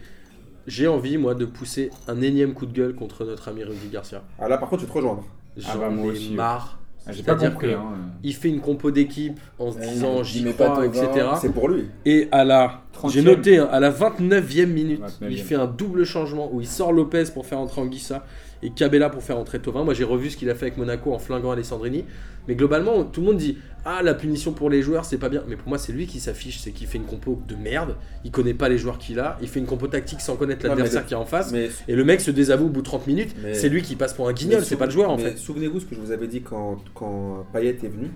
J'ai envie, moi, de pousser un énième coup de gueule contre notre ami Rudy Garcia. Ah, là, par contre, je vais te rejoindre. J'en Ah bah, moi ai aussi, ouais. marre. J'ai pas C'est-à-dire compris. que- hein. Il fait une compo d'équipe en se Ouais, disant il j'y met pas crois, Thauvin, etc. C'est pour lui. Et à la, 30e. j'ai noté, hein, à la 29e minute, 29e. il fait un double changement où il sort Lopez pour faire entrer Anguissa et Cabella pour faire entrer Tovin. Moi, j'ai revu ce qu'il a fait avec Monaco en flinguant Alessandrini. Mais globalement, tout le monde dit Ah, la punition pour les joueurs, c'est pas bien. Mais pour moi, c'est lui qui s'affiche, c'est qu'il fait une compo de merde. Il connaît pas les joueurs qu'il a. Il fait une compo tactique sans connaître Ouais, mais l'adversaire le- qui est en face. Mais Et le mec se désavoue au bout de 30 minutes. Mais- C'est lui qui passe pour un guignol, Mais c'est sou- pas le joueur en mais fait. Souvenez-vous ce que je vous avais dit quand, quand Payet est venu.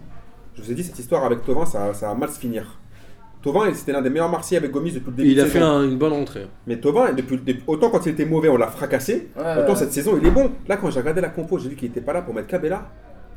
Je vous ai dit cette histoire avec Tovin, ça, ça va mal se finir. Tovin, c'était l'un des meilleurs Marseillais avec Gomis depuis le Et début. il de a fait saison. un- une bonne rentrée. Mais Tovin, depuis, depuis- autant quand il était mauvais, on l'a fracassé. Ouais, autant Euh, ouais. cette saison, il est bon. Là, quand j'ai regardé la compo, j'ai vu qu'il était pas là pour mettre Cabella.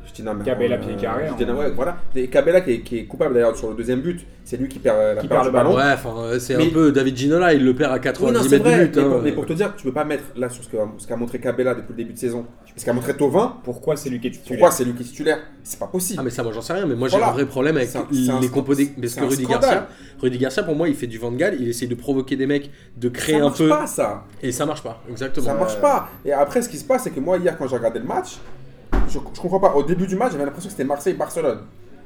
Je dis non, mais. Cabella, pied carré, Je dis, hein. non, ouais, voilà. Et Cabella qui est, qui est coupable d'ailleurs sur le deuxième but, c'est lui qui perd euh, la Qui part perd du le ballon. ballon. Ouais, enfin, euh, c'est un Mais- peu David Ginola, il le perd à Oui, 90 non, c'est mètres vrai. du but. mais, hein. pour, mais pour te dire, tu peux pas mettre là sur ce que- ce qu'a montré Cabella depuis le début de saison, ce qu'a montré Tovin. Pourquoi c'est lui qui est titulaire Pourquoi c'est lui qui est titulaire C'est pas possible. Ah mais ça moi j'en sais rien mais moi j'ai Voilà. un vrai problème avec C'est un- c'est un les sc- compos des... c'est parce que un Rudy scandale. Garcia Rudy Garcia pour moi il fait du Van Gaal il essaie de provoquer des mecs de créer ça un marche peu pas ça. et ça marche pas exactement Ça marche pas. Et après, ce qui se passe, c'est que moi, hier, quand j'ai regardé le match, je, je comprends pas. Au début du match, j'avais l'impression que c'était Marseille-Barcelone.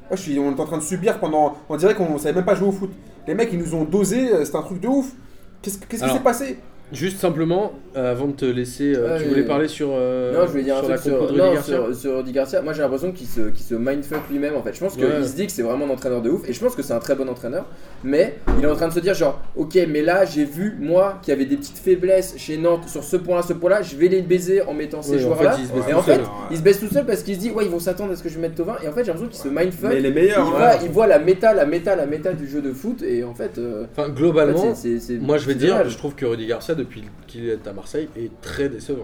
Moi, je suis, on est en train de subir pendant. On dirait qu'on savait même pas jouer au foot. Les mecs, ils nous ont dosé, euh, c'est un truc de ouf. Qu'est-ce qu'est-ce qui Alors. s'est passé juste simplement euh, avant de te laisser euh, tu Ouais, voulais ouais. parler sur euh, Non, je voulais dire un sur la truc compo de sur, Rudy non, Garcia sur, sur Rudy Garcia. Moi, j'ai l'impression qu'il se, qu'il se mindfuck lui-même en fait. Je pense qu'il Ouais. se dit que c'est vraiment un entraîneur de ouf et je pense que c'est un très bon entraîneur. Mais il est en train de se dire, genre, ok, mais là, j'ai vu moi qui avait des petites faiblesses chez Nantes sur ce point-là, ce point-là, je vais les baiser en mettant ces Ouais, en joueurs-là. fait, il se baisse et tout en fait, hein. seul. il se baisse tout seul parce qu'il se dit, ouais, ils vont s'attendre à ce que je mette Tovin. Et en fait, j'ai l'impression qu'il se mindfuck. Mais les il, meilleurs. voit, hein. il voit la méta, la méta, la méta du jeu de foot et en fait. euh, enfin en fait, globalement c'est- c'est- c'est- moi je vais c'est dire dommage. je trouve que Rudy Garcia depuis qu'il est à Marseille est très décevant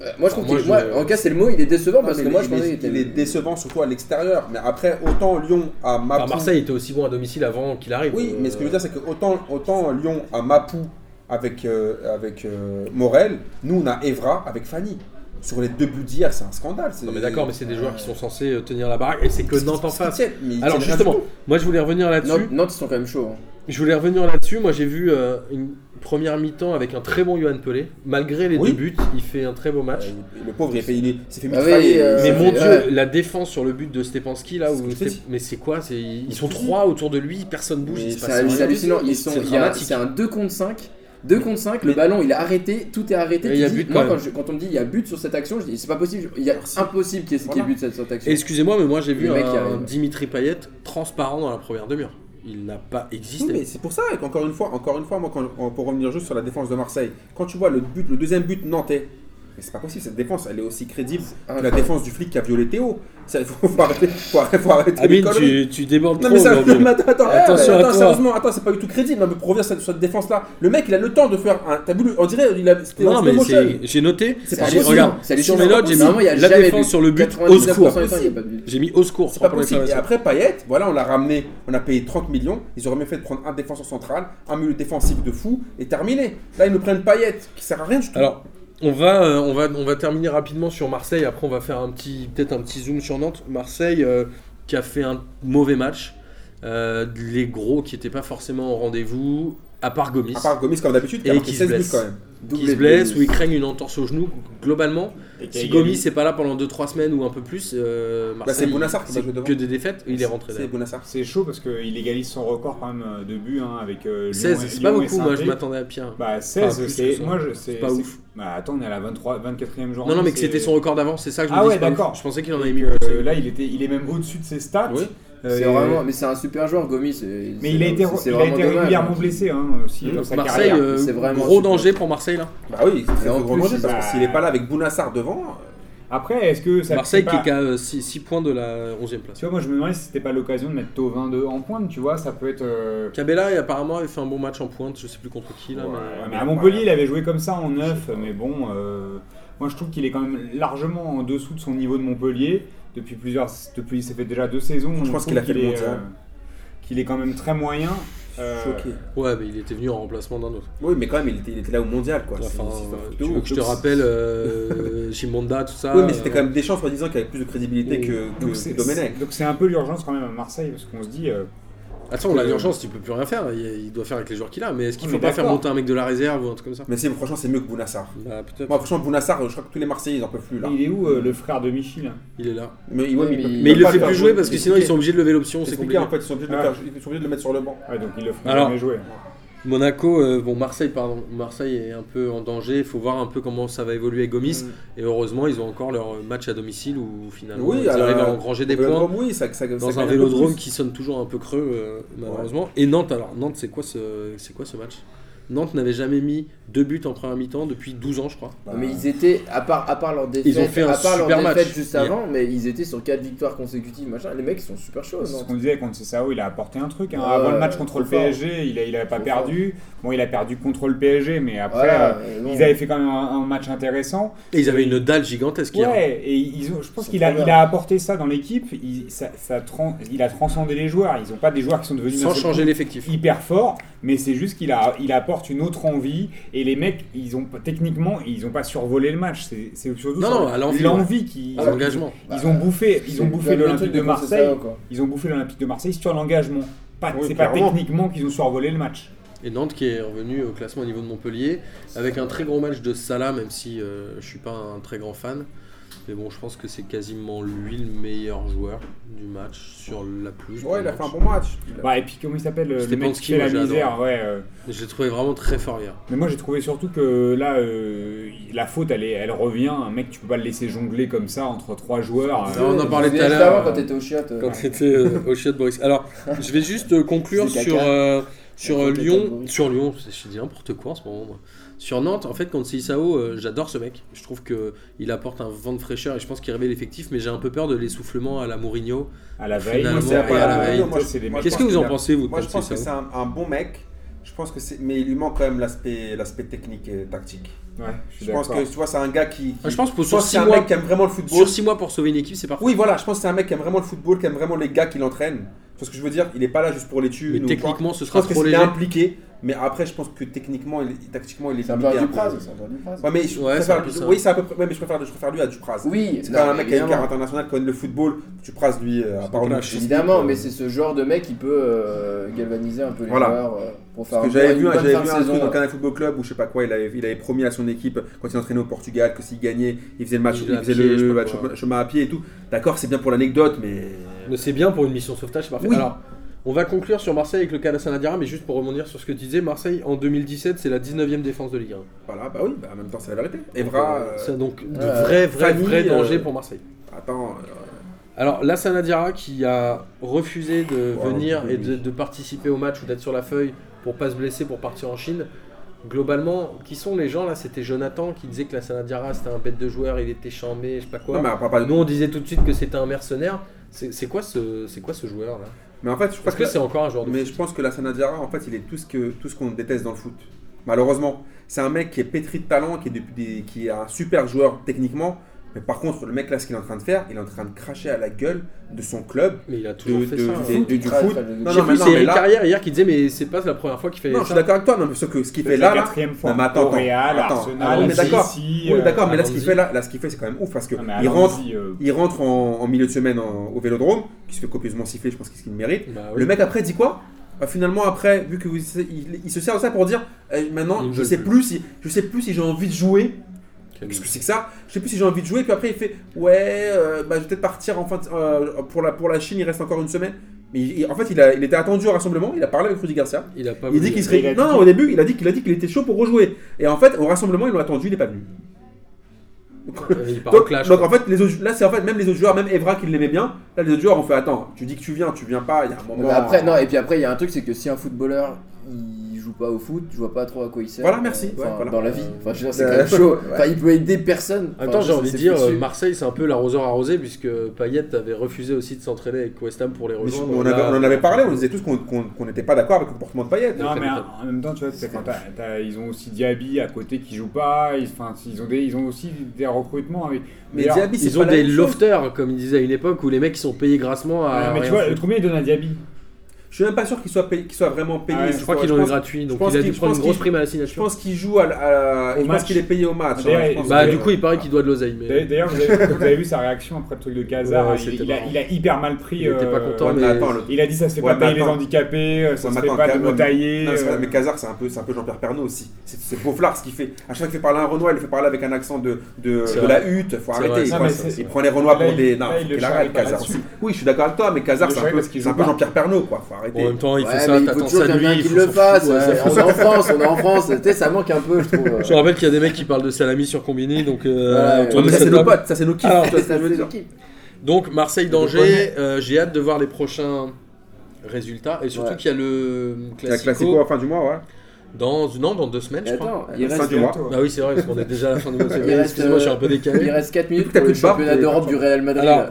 Euh, Moi, je trouve Moi, que, je- moi, en tout cas, c'est le mot, il est décevant Non, parce mais que moi, il je pensais est- qu'il était. il est décevant surtout à l'extérieur. Mais après, autant Lyon à enfin, Mapou. Marseille était aussi bon à domicile avant qu'il arrive Bah, Oui, euh, mais ce que je veux dire, c'est que autant, autant Lyon à Mapou avec, euh, avec euh, Morel, nous on a Evra avec Fanny. Sur les deux buts d'hier, c'est un scandale. non mais d'accord mais c'est des joueurs qui sont censés euh, tenir la baraque et c'est que Nantes en face alors Alors justement moi je voulais revenir là-dessus Nantes, Nantes, ils sont quand même chauds. hein. Je voulais revenir là-dessus. Moi, j'ai vu euh, une Première mi-temps avec un très bon Johan Pelé. Malgré les Oui. deux buts, il fait un très beau match. Euh, Le pauvre, il, fait, il s'est fait Ah oui, mitrailler. euh, Mais Ouais, mon ouais. dieu, la défense sur le but de Stepanski là C'est ce où que je te Step- dis. mais c'est quoi c'est- ils sont te trois autour de lui, personne bouge, Mais il se c'est passe C'est rien. c'est hallucinant. Ils sont, C'est il y a- dramatique. c'est un 2 contre 5. 2 contre 5, le Mais- ballon il est arrêté, tout est arrêté. Mais tu il y a dis- but moi, quand quand, même. je- quand on me dit il y a but sur cette action, je dis c'est pas possible, il y a Merci. impossible qu'il y ait qu'il y ait Voilà. but sur cette action. Excusez-moi mais moi j'ai vu Le mec, il un arrive. Dimitri Payet transparent dans la première demi-heure. Il n'a pas existé. Oui, mais c'est pour ça qu'encore une fois, encore une fois, moi, quand- en- pour revenir juste sur la défense de Marseille, quand tu vois le but, le deuxième but nantais, mais c'est pas possible, cette défense, elle est aussi crédible Ah, que la défense du flic qui a violé Théo. Il faut, faut arrêter, faut arrêter, faut arrêter les Amine, tu, conneries. tu débordes Non trop mais, ça, aujourd'hui. mais attends, attends, Attention eh, à attends, toi. sérieusement, attends, c'est pas du tout crédible, non, mais pour revenir sur cette, sur cette défense-là, le mec il a le temps de faire un... T'as vu, on dirait, il a... c'était Non un mais slow motion. c'est- j'ai noté, j'ai- C'est pas possible. regarde, C'est sur hallucinant. mes notes, j'ai Normalement, mis il y a la jamais défense but. sur le but au 99% secours. du temps, il y a pas de but. J'ai mis au secours. C'est trois pas points possible. Et d'exclamation. après Payet, voilà, on l'a ramené, on a payé 30 millions, ils auraient mieux fait de prendre un défenseur central, un milieu défensif de fou, et terminé. Là, ils nous prennent Payet, qui sert à rien du tout. Alors, on va, euh, on, va, on va terminer rapidement sur Marseille. Après, on va faire un petit, peut-être un petit zoom sur Nantes. Marseille euh, qui a fait un mauvais match. Euh, les gros qui n'étaient pas forcément au rendez-vous, à part Gomis, à part Gomis comme d'habitude, qui a Et marqué qui se 16 buts blesse. quand même. qui se blesse ou ils craignent une entorse au genou. Globalement, si Gomis n'est pas là pendant 2-3 semaines ou un peu plus, euh, Bah, c'est Marseille, Bonassar qui va c'est jouer devant. que des défaites. Il est rentré C'est d'ailleurs. Bonassar. C'est chaud parce qu'il égalise son record quand même euh, de buts hein, avec euh, Lyon 16, et- c'est pas Lyon et beaucoup. Moi, je Saint-Étienne. m'attendais à pire. Bah Enfin, 16, plus que c'est ça. moi je C'est c'est pas c'est- ouf. Bah attends, on est à la 23 24e journée. Non, non, mais que c'est- c'était son record d'avance, c'est ça que je me Ah dis, ouais, c'est pas ouf. d'accord. Je pensais qu'il en Donc, avait mis euh, plus. là, il était il est même au-dessus de ses stats. Oui. Euh, C'est vraiment, mais c'est un super joueur, Gomis. c'est- c'est- mais il a été c'est il a vraiment été dommage. régulièrement blessé hein, aussi dans Donc, sa Marseille, carrière. euh, c'est vraiment gros super. danger pour Marseille là. Bah oui, c'est très en gros plus, danger, il parce va- que bah- s'il est pas là avec Bounassar devant, euh, Après, est-ce que ça Marseille c'est qui pas- est qu'à 6 points de la 11 e place. Tu vois, moi je me demandais si c'était pas l'occasion de mettre Tovin 2 en pointe, tu vois, ça peut être euh, Cabella et apparemment avait fait un bon match en pointe, je sais plus contre qui là. Ouais, mais- mais à Montpellier, il avait joué comme ça en neuf, mais bon, euh, moi je trouve qu'il est quand même largement en dessous de son niveau de Montpellier depuis plusieurs, depuis ça fait déjà deux saisons. Je pense trouve qu'il a fait le est, mondial. euh, Qu'il est quand même très moyen. euh, Euh, choqué. Ouais, mais il était venu en remplacement d'un autre. Oui, mais quand même, il était, il était là au mondial, quoi. C'est- Enfin, c'est un euh, truc de tu veux ouf. que je te Donc, rappelle euh, Chimonda, tout ça. Oui, mais c'était quand euh, même Deschamps, soi-disant, qui avait plus de crédibilité Oui. que, que, donc que c'est- Domenech. c'est- donc c'est un peu l'urgence quand même à Marseille parce qu'on se dit. euh, Attends, là, l'urgence, tu peux plus rien faire. Il, il doit faire avec les joueurs qu'il a. Mais est-ce qu'il Oui, faut mais pas faire d'accord. monter un mec de la réserve ou un truc comme ça Mais si, franchement, c'est mieux que Bounassar. Bah, peut-être. Moi, franchement, Bounassar, je crois que tous les Marseillais, ils en peuvent plus, là. Il est où euh, le frère de Michel Il est là. Mais, ouais, Oui, mais, mais- Mais il peut le pas fait plus faire jouer parce que sinon ils sont Expliquer. obligés de lever l'option, c'est Expliquer, compliqué. Ah. en fait, ils sont obligés de le faire- ils sont obligés de le mettre sur le banc. Ouais, donc il le fait Alors- jamais jouer. Monaco, euh, bon Marseille, pardon, Marseille est un peu en danger. Il faut voir un peu comment ça va évoluer avec Mm. Gomis. Et heureusement, ils ont encore leur match à domicile où finalement Oui, ils à la- arrivent à engranger des Au points. vélodrome, Oui, ça, ça, dans ça un gagne peu vélodrome plus. qui sonne toujours un peu creux, euh, malheureusement. Et Nantes, alors, Nantes, c'est quoi ce, c'est quoi ce match Nantes n'avait jamais mis deux buts en première mi-temps depuis 12 ans, je crois. Non, Mais ils étaient, à part, à part leur défaite, Ils ont fait un à part leur super défaite match. juste Hier. avant, mais ils étaient sur 4 victoires consécutives, machin. Les mecs ils sont super chauds. C'est ce non qu'on disait contre Cessao, il a apporté un truc. hein. Ouais, Avant le match ouais, contre trop le fort. PSG, il a, il a pas Trop perdu. Bon, il a perdu contre le PSG, mais après, Voilà, euh, euh, bon. ils avaient fait quand même un- un match intéressant. Et ils avaient une dalle gigantesque hier. hein, Ouais, et ils ont, je pense C'est qu'il a, trop bien. il a apporté ça dans l'équipe. Il, ça, ça tran- il a transcendé les joueurs. Ils n'ont pas des joueurs qui sont devenus d'un sans seul changer coup l'effectif. hyper forts, mais c'est juste qu'il a, il apporte une autre envie. Et les mecs, ils ont techniquement, ils n'ont pas survolé le match. C'est c'est surtout Non, sur non, à l'envie, l'envie qui. Ah, L'engagement. Ils ont bouffé, ils ont bouffé C'est le même l'Olympique truc de contre Marseille. Cessao, quoi. Ils ont bouffé l'Olympique de Marseille sur l'engagement. Pas, Oui, c'est pas clairement. techniquement qu'ils ont survolé le match. Et Nantes qui est revenu au classement au niveau de Montpellier avec un très gros match de Salah, même si euh, je suis pas un très grand fan. Mais bon, je pense que c'est quasiment lui le meilleur joueur du match sur la pelouse. Ouais, il a fait un bon match. Il a- Bah, et puis comment il s'appelle le mec Stepanski, qui fait la moi, j'ai misère, ouais. euh, Je l'ai trouvé vraiment très fort hier. Mais moi j'ai trouvé surtout que là, euh, la faute elle, est- elle revient. Un mec, tu peux pas le laisser jongler comme ça entre trois joueurs. euh, Non, on en Je parlait disais tout à juste l'heure. avant, quand t'étais au chiotte. euh, quand c'était euh, au chiotte Boris. Alors, je vais juste euh, conclure C'est caca. sur, euh, sur La euh, faute est à Lyon. Boris. Sur Lyon, je dis n'importe quoi en ce moment. moi. Sur Nantes, en fait, quand c'est Issao, euh, j'adore ce mec. Je trouve que il apporte un vent de fraîcheur et je pense qu'il révèle l'effectif, mais j'ai un peu peur de l'essoufflement à la Mourinho. À la veille, Finalement, c'est- et à la veille. ça, c'est des Moi, je mecs. Qu'est-ce que pense vous qu'il en a- pensez, vous, Moi, de je pense que c'est Issao un, un bon mec. Je pense que c'est, mais il lui manque quand même l'aspect, l'aspect technique et tactique. Ouais, je suis Je pense d'accord. que tu vois, c'est un gars qui. qui- Ah, Je pense que je sur pense que c'est 6 un mois, mec qui aime vraiment le football. sur six mois pour sauver une équipe, c'est parfait. Oui, voilà, je pense que c'est un mec qui aime vraiment le football, qui aime vraiment les gars qui l'entraînent. Tu vois ce que je veux dire Il est pas là juste pour les tuer. Mais techniquement, ce je sera pense que trop s'il est léger. impliqué. Mais après, je pense que techniquement, il- tactiquement, il est C'est un peu à limité un Dupraz. peu. c'est un peu à Dupraz. Ouais, mais je Ouais, c'est un préfère, peu ça. oui, c'est à peu près, ouais, mais je préfère, je préfère lui à Dupraz. Oui, C'est non, pas un mec qui a une évidemment. carte internationale, qui connaît le football. Dupraz, lui, euh, à part Dupraz, lui, je je- Évidemment, euh, mais c'est ce genre de mec qui peut euh, galvaniser un peu les Voilà. joueurs euh, pour faire Parce que un- j'avais une vu, un- bonne j'avais fin vu de un truc saison. dans Canal Football Club ou je sais pas quoi, il avait, il avait promis à son équipe quand il entraînait au Portugal que s'il gagnait, il faisait le match, Il il à faisait pied, je sais le pas match- quoi. chemin à pied et tout. D'accord, c'est bien pour l'anecdote, mais. Mais c'est bien pour une mission sauvetage, c'est parfait. Oui. Alors, on va conclure sur Marseille avec le cas d'Assana Diarra, mais juste pour rebondir sur ce que tu disais, Marseille en 2017, c'est la 19ème défense de Ligue 1. Voilà, bah oui, bah, en même temps, c'est la vérité. Evra, euh, C'est donc de ouais. vrais, vrais, Fanny, vrais euh, dangers pour Marseille. attends, euh, Alors, Lassana Diarra qui a refusé de Wow, venir oui. et de, de participer au match ou d'être sur la feuille pour pas se blesser pour partir en Chine. Globalement, qui sont les gens là C'était Jonathan qui disait que Lassana Diarra c'était un bête de joueur, il était chambé, je sais pas quoi. non, mais, à part pas de- Nous on disait tout de suite que c'était un mercenaire. C'est c'est quoi ce c'est quoi ce joueur là mais en fait, je crois Parce que c'est encore un joueur de Mais foot. je pense que la Sanadiara, en fait, il est tout ce que tout ce qu'on déteste dans le foot. Malheureusement, c'est un mec qui est pétri de talent, qui est, depuis des- qui est un super joueur techniquement, mais par contre, le mec là, ce qu'il est en train de faire, il est en train de cracher à la gueule de son club, Mais il a de, toujours fait de- ça. des- hein. de- du Très, foot. très, très Non, J'ai non, vu mais c'est non, mais Eric là, Carrière hier qui disait mais c'est pas la première fois qu'il fait non, je ça. suis d'accord avec toi, non, mais sauf que ce qu'il fait C'est là, la là, quatrième non, fois. mais attends, Au Real, attends. Arsenal, Oui, mais d'accord. Chelsea, Oui, euh, d'accord, mais là, ce Alonso. qu'il fait là, là, ce qu'il fait, c'est quand même ouf parce que non, mais il rentre, Alonso, euh, il rentre en, en milieu de semaine en- au Vélodrome, qui se fait copieusement siffler, je pense qu'il qu'il mérite. Bah oui. Le mec après dit quoi Bah, Finalement après, vu que vous, il, il se sert de ça pour dire eh, Il maintenant me je veut sais plus. plus si je sais plus si j'ai envie de jouer. Quel- Qu'est-ce que c'est que ça Je sais plus si j'ai envie de jouer. Puis après il fait ouais, euh, bah, je vais peut-être partir en fin de- euh, pour la pour la Chine. Il reste encore une semaine. Mais il- il- en fait il, a- il était attendu au rassemblement. Il a parlé avec Rudy Garcia. Ah Il a pas Il voulu. dit qu'il il serait a non, dit- non, au début il a dit qu'il a dit qu'il était chaud pour rejouer. Et en fait au rassemblement ils l'ont attendu, il est pas venu. Donc- Euh, Il part en donc, clash. donc quoi. en fait, les autres- là c'est en fait même les autres joueurs, même Evra qui l'aimait bien, là les autres joueurs ont fait attends, tu dis que tu viens, tu viens pas, il y a un moment. Mais après, non, et puis après, il y a un truc, c'est que si un footballeur il joue pas au foot, je vois pas trop à quoi il sert. Voilà, merci. Enfin, Ouais, voilà. Dans la vie, enfin, je veux dire, c'est Euh, quand même chaud. ouais. Enfin, il peut aider personne. En même temps, Enfin, j'ai c'est- envie de c'est dire, foutu. euh, Marseille, c'est un peu l'arroseur arrosé, puisque Payet avait refusé aussi de s'entraîner avec West Ham pour les Mais rejoindre. on, Là, avait- on en avait parlé, on disait tous qu'on qu'on- qu'on n'était pas d'accord avec le comportement de Payet. Non, Très mais bien. en en même temps, tu vois, c'est quand t'as- t'as- ils ont aussi Diaby à côté qui joue pas. Ils, enfin, ils, ont, des, ils ont aussi des recrutements avec. Mais D'ailleurs, Diaby, c'est Ils pas ont la des même chose. lofters, comme ils disaient à une époque, où les mecs ils sont payés grassement à. ouais, mais tu rien vois, foutre. combien il donne à Diaby Je suis même pas sûr qu'il soit, payé- qu'il soit vraiment payé. Ouais, c'est je crois pas- qu'ils l'ont eu pense- gratuit, donc pense il a dû qu'il- je prendre une pense grosse qu'il- prime à la Je signature. pense qu'il joue à, à- Au je pense match. qu'il est payé au match. hein, D'ailleurs, je pense Bah, que- du coup, il paraît qu'il doit de l'oseille, mais. D'ailleurs, vous, avez- vous avez vu sa réaction après le truc de Gaza. Ouais, il, c'était il a, marrant. il a hyper mal pris. euh, Il était pas content, Ouais, mais mais- attends, le- Il a dit ça se fait Ouais, pas mais payer les attends. handicapés, euh, ça Ouais, se mais fait attends, pas Car- de tailler. Non, c'est vrai, euh, mais Kazar, c'est un peu, c'est un peu Jean-Pierre Pernaut aussi. C'est c'est Beauflard ce qu'il fait. À chaque fois qu'il fait parler un Renoir, il le fait parler avec un accent de, de, C'est de vrai. la hutte. Faut C'est arrêter. vrai, il, c'est prend, vrai, c'est- il prend les Renoirs Là, pour il- des. Non, là, faut il le qu'il arrête, charrie pas Kazar. là-dessus. Oui, je suis d'accord avec toi, mais Kazar, Il le c'est un charrie peu, parce qu'il c'est un joue peu pas. Jean-Pierre Pernaut, quoi. Faut Bon, en arrêter. même temps, il fait Ouais, ça, mais il faut t'attends toujours ça de quelqu'un lui. qui il le faut s'en fasse. foutre, ouais, ouais. ça- on est en France, on est en France. Tu sais, ça manque un peu, je trouve. euh. Je rappelle qu'il y a des mecs qui parlent de Salami sur Combini, donc. euh, Voilà, autour de Non, mais ça, cette c'est nos table. potes, ça, c'est nos kiffs. Alors, tu vois ce que je veux dire. Donc Marseille-Danger, euh, j'ai hâte de voir les prochains résultats et surtout Ouais. qu'il y a le Il y a classico, Classico à la fin du mois, ouais. dans non dans deux semaines Mais je crois. Attends, il Fin reste, du mois. Bah oui c'est vrai parce qu'on est déjà à la fin du mois. de Il février. reste, Excusez-moi euh, je suis un peu il décalé. reste 4 minutes T'as pour plus le de barbe, championnat t'es- d'Europe du Real Madrid. Alors, là.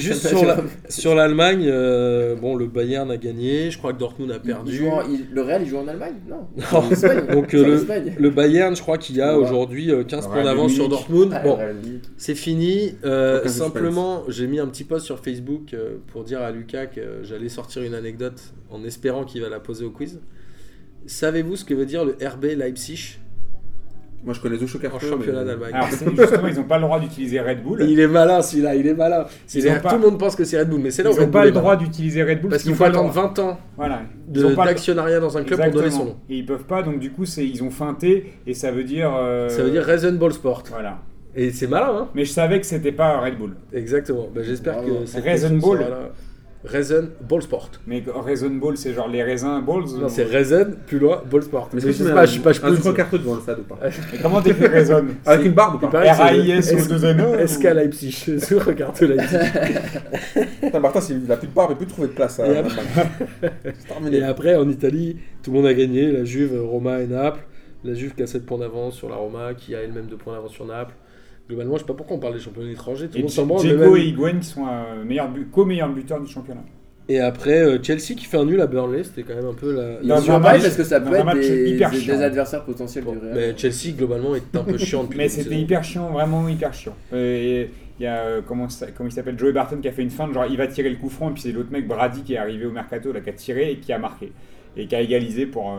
Juste sur la- sur l'Allemagne, euh, bon le Bayern a gagné, je crois que Dortmund a Il- il perdu. joue en- il- le Real, il joue en Allemagne Non. Non. En Espagne. Donc, C'est euh, en Espagne. Le Bayern, je crois qu'il y a Ouais. aujourd'hui euh, 15 Ouais, points d'avance sur Munich. Dortmund. Ah, le Bon, Real Madrid. c'est fini. Euh, Aucun suspense. simplement, j'ai mis un petit post sur Facebook euh, pour dire à Lucas que euh, j'allais sortir une anecdote en espérant qu'il va la poser au quiz. Savez-vous ce que veut dire le RB Leipzig Moi, je connais deux chocs en championnat d'Allemagne Alors, c'est- justement, ils n'ont pas le droit d'utiliser Red Bull. Il est malin celui-là, il est malin. Ils C'est-à-dire ont que pas- Tout le monde pense que c'est Red Bull, mais c'est Ils là où n'ont Red pas Bull est le malin. droit d'utiliser Red Bull Parce qu'il qu'ils faut ont pas le attendre droit. 20 ans Voilà. Ils de- ont pas le- d'actionnariat dans un club pour donner son nom. Exactement. Et ils peuvent pas, donc du coup, c'est ils ont feinté et ça veut dire. euh, Ça veut dire Reason Ball Sport. Voilà. Et c'est malin, hein Mais je savais que c'était pas Red Bull. Exactement. Bah, J'espère Bravo. que c'est. Reason Ball. Reason Ball Sport. Mais Raisin Ball, c'est genre les raisins balls. Non, ou- c'est Reason, plus loin, Ball Sport. Mais Mais est-ce je que tu mets sais pas, je suis pas, je un peux truc carton devant le stade ou pas Mais comment t'écris raisin Ah, Avec une barbe ou pas pareil, R.A.I.S. ou deux N.O. SK Leipzig, je regarde Leipzig. Putain, Martin, s'il n'a plus de barbe, il peut plus trouver de place. à- Et après- C'est terminé. Et après, en Italie, tout le monde a gagné. La Juve, Roma et Naples. La Juve qui a 7 points d'avance sur la Roma, qui a elle-même 2 points d'avance sur Naples. Globalement, je sais pas pourquoi on parle des championnats étrangers. Tout le Et monde s'en branle. mais Diego même- et Higuain qui sont euh, meilleurs bu- co-meilleurs buteurs du championnat. Et après, euh, Chelsea qui fait un nul à Burnley, c'était quand même un peu la. Dans Ils jouent un pas match- parce que ça dans peut un être match des, hyper des- des chiant. adversaires potentiels Bon, du Real. mais Chelsea, globalement, est un peu chiant depuis. Mais le c'était début de hyper chiant, vraiment hyper chiant. Euh, Et il y a, euh, comment, ça- comment il s'appelle, Joey Barton qui a fait une feinte, genre il va tirer le coup franc, et puis c'est l'autre mec, Brady, qui est arrivé au mercato, là, qui a tiré et qui a marqué. Et qui a égalisé pour, euh,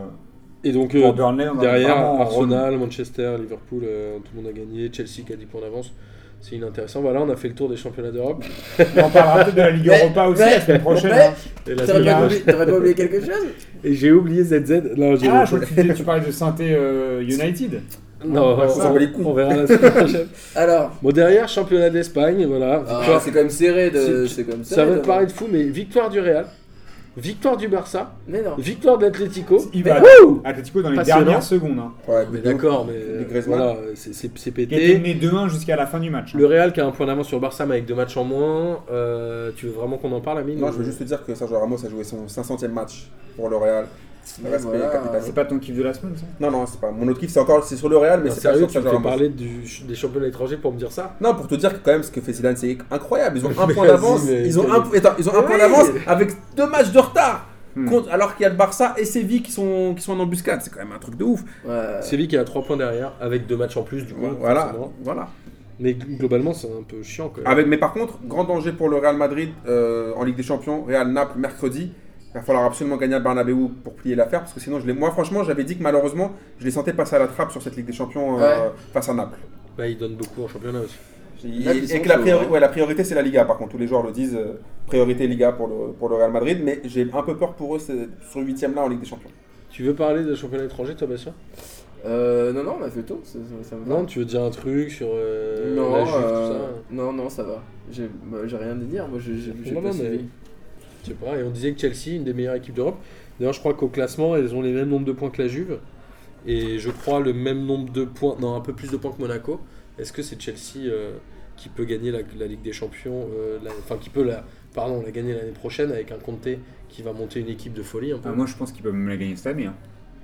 Et donc, euh, Pour Burnley, on en est Derrière, vraiment en Arsenal, Manchester, Liverpool, euh, tout le monde a gagné. Chelsea qui a 10 points d'avance. C'est inintéressant. Voilà, on a fait le tour des championnats d'Europe. remonte. Mais On parlera peut-être de la Ligue Mais- Europa aussi mais- la semaine prochaine. mais- hein. Et la semaine T'aurais pas, dernière- oublié- t'aurais pas oublié quelque chose Et j'ai oublié ZZ. Non, j'ai- Ah, je crois que tu, disais- tu parlais de synthé euh, United. non, on on, s'en bat les couilles. on verra la semaine prochaine. Alors, Bon, derrière, championnat d'Espagne, voilà. ah, Victoire- c'est quand même serré de. c'est- C'est quand même serré. ça va de- te hein. paraître fou, mais victoire du Real, victoire du Barça, Mais non. victoire de l'Atlético. Il Mais- va Atletico dans les Passionnant. dernières secondes. hein. Ouais, Mais Bidou. d'accord, mais de euh, Griezmann. voilà, c'est- c'est c'est Il était pété. mené 2-1 jusqu'à la fin du match. hein. Le Real qui a un point d'avance sur le Barça, mais avec deux matchs en moins. Euh, tu veux vraiment qu'on en parle, Amine Non, je veux juste te dire que Sergio Ramos a joué son 500 e match pour le Real. Mais Respect, voilà. C'est capitaine. pas ton kiff de la semaine, ça Non, non, c'est pas. Mon autre kiff, c'est encore c'est sur le Real, mais Non, c'est pas Euh, sérieux, sur tu me Sergio fais Ramos. parler du- des championnats étrangers pour me dire ça Non, pour te dire que quand même, ce que fait Zidane, c'est incroyable. Ils ont un Mais point vas-y, d'avance. mais Ils ont quel- un, attends, ils ont un Oui. point d'avance avec deux matchs de retard. Hmm. Contre- alors qu'il y a le Barça et Séville qui sont, qui sont en embuscade. C'est quand même un truc de ouf. Ouais. Séville qui a 3 points derrière, avec 2 matchs en plus, du coup. voilà. forcément. voilà. Mais globalement, c'est un peu chiant. Quoi. Avec- Ah, mais par contre, grand danger pour le Real Madrid euh, en Ligue des Champions. Real Naples mercredi. Il va falloir absolument gagner à Bernabeu pour plier l'affaire. Parce que sinon, je l'ai- moi, franchement, j'avais dit que malheureusement, je les sentais passer à la trappe sur cette Ligue des Champions euh, face à Naples. Bah, ils donnent beaucoup en championnat aussi. Et, Là, ils et sont que la, chauds, priori- hein. ouais, la priorité, c'est la Liga. Par contre, tous les joueurs le disent, euh, priorité Liga pour le, pour le Real Madrid. Mais j'ai un peu peur pour eux c'est- sur le 8 là en Ligue des Champions. Tu veux parler des championnats étrangers, toi, Bastien Euh, non, non, on a fait le tour. Ça, ça- ça me va. Non, tu veux dire un truc sur euh, non, la Juve, euh, tout non, non, ça va. J'ai bah, j'ai rien à dire. Moi, j'ai j'ai- j'ai Non, pas non, suivi. ça Je sais pas. Et on disait que Chelsea, une des meilleures équipes d'Europe. D'ailleurs, je crois qu'au classement, elles ont les mêmes nombres de points que la Juve. Et je crois le même nombre de points, non, un peu plus de points que Monaco. Est-ce que c'est Chelsea euh, qui peut gagner la, la Ligue des Champions euh, la- Enfin, qui peut la, pardon, la gagner l'année prochaine avec un Comté qui va monter une équipe de folie un peu Ah, Moi, hmm. je pense qu'ils peuvent même la gagner cette année. hein.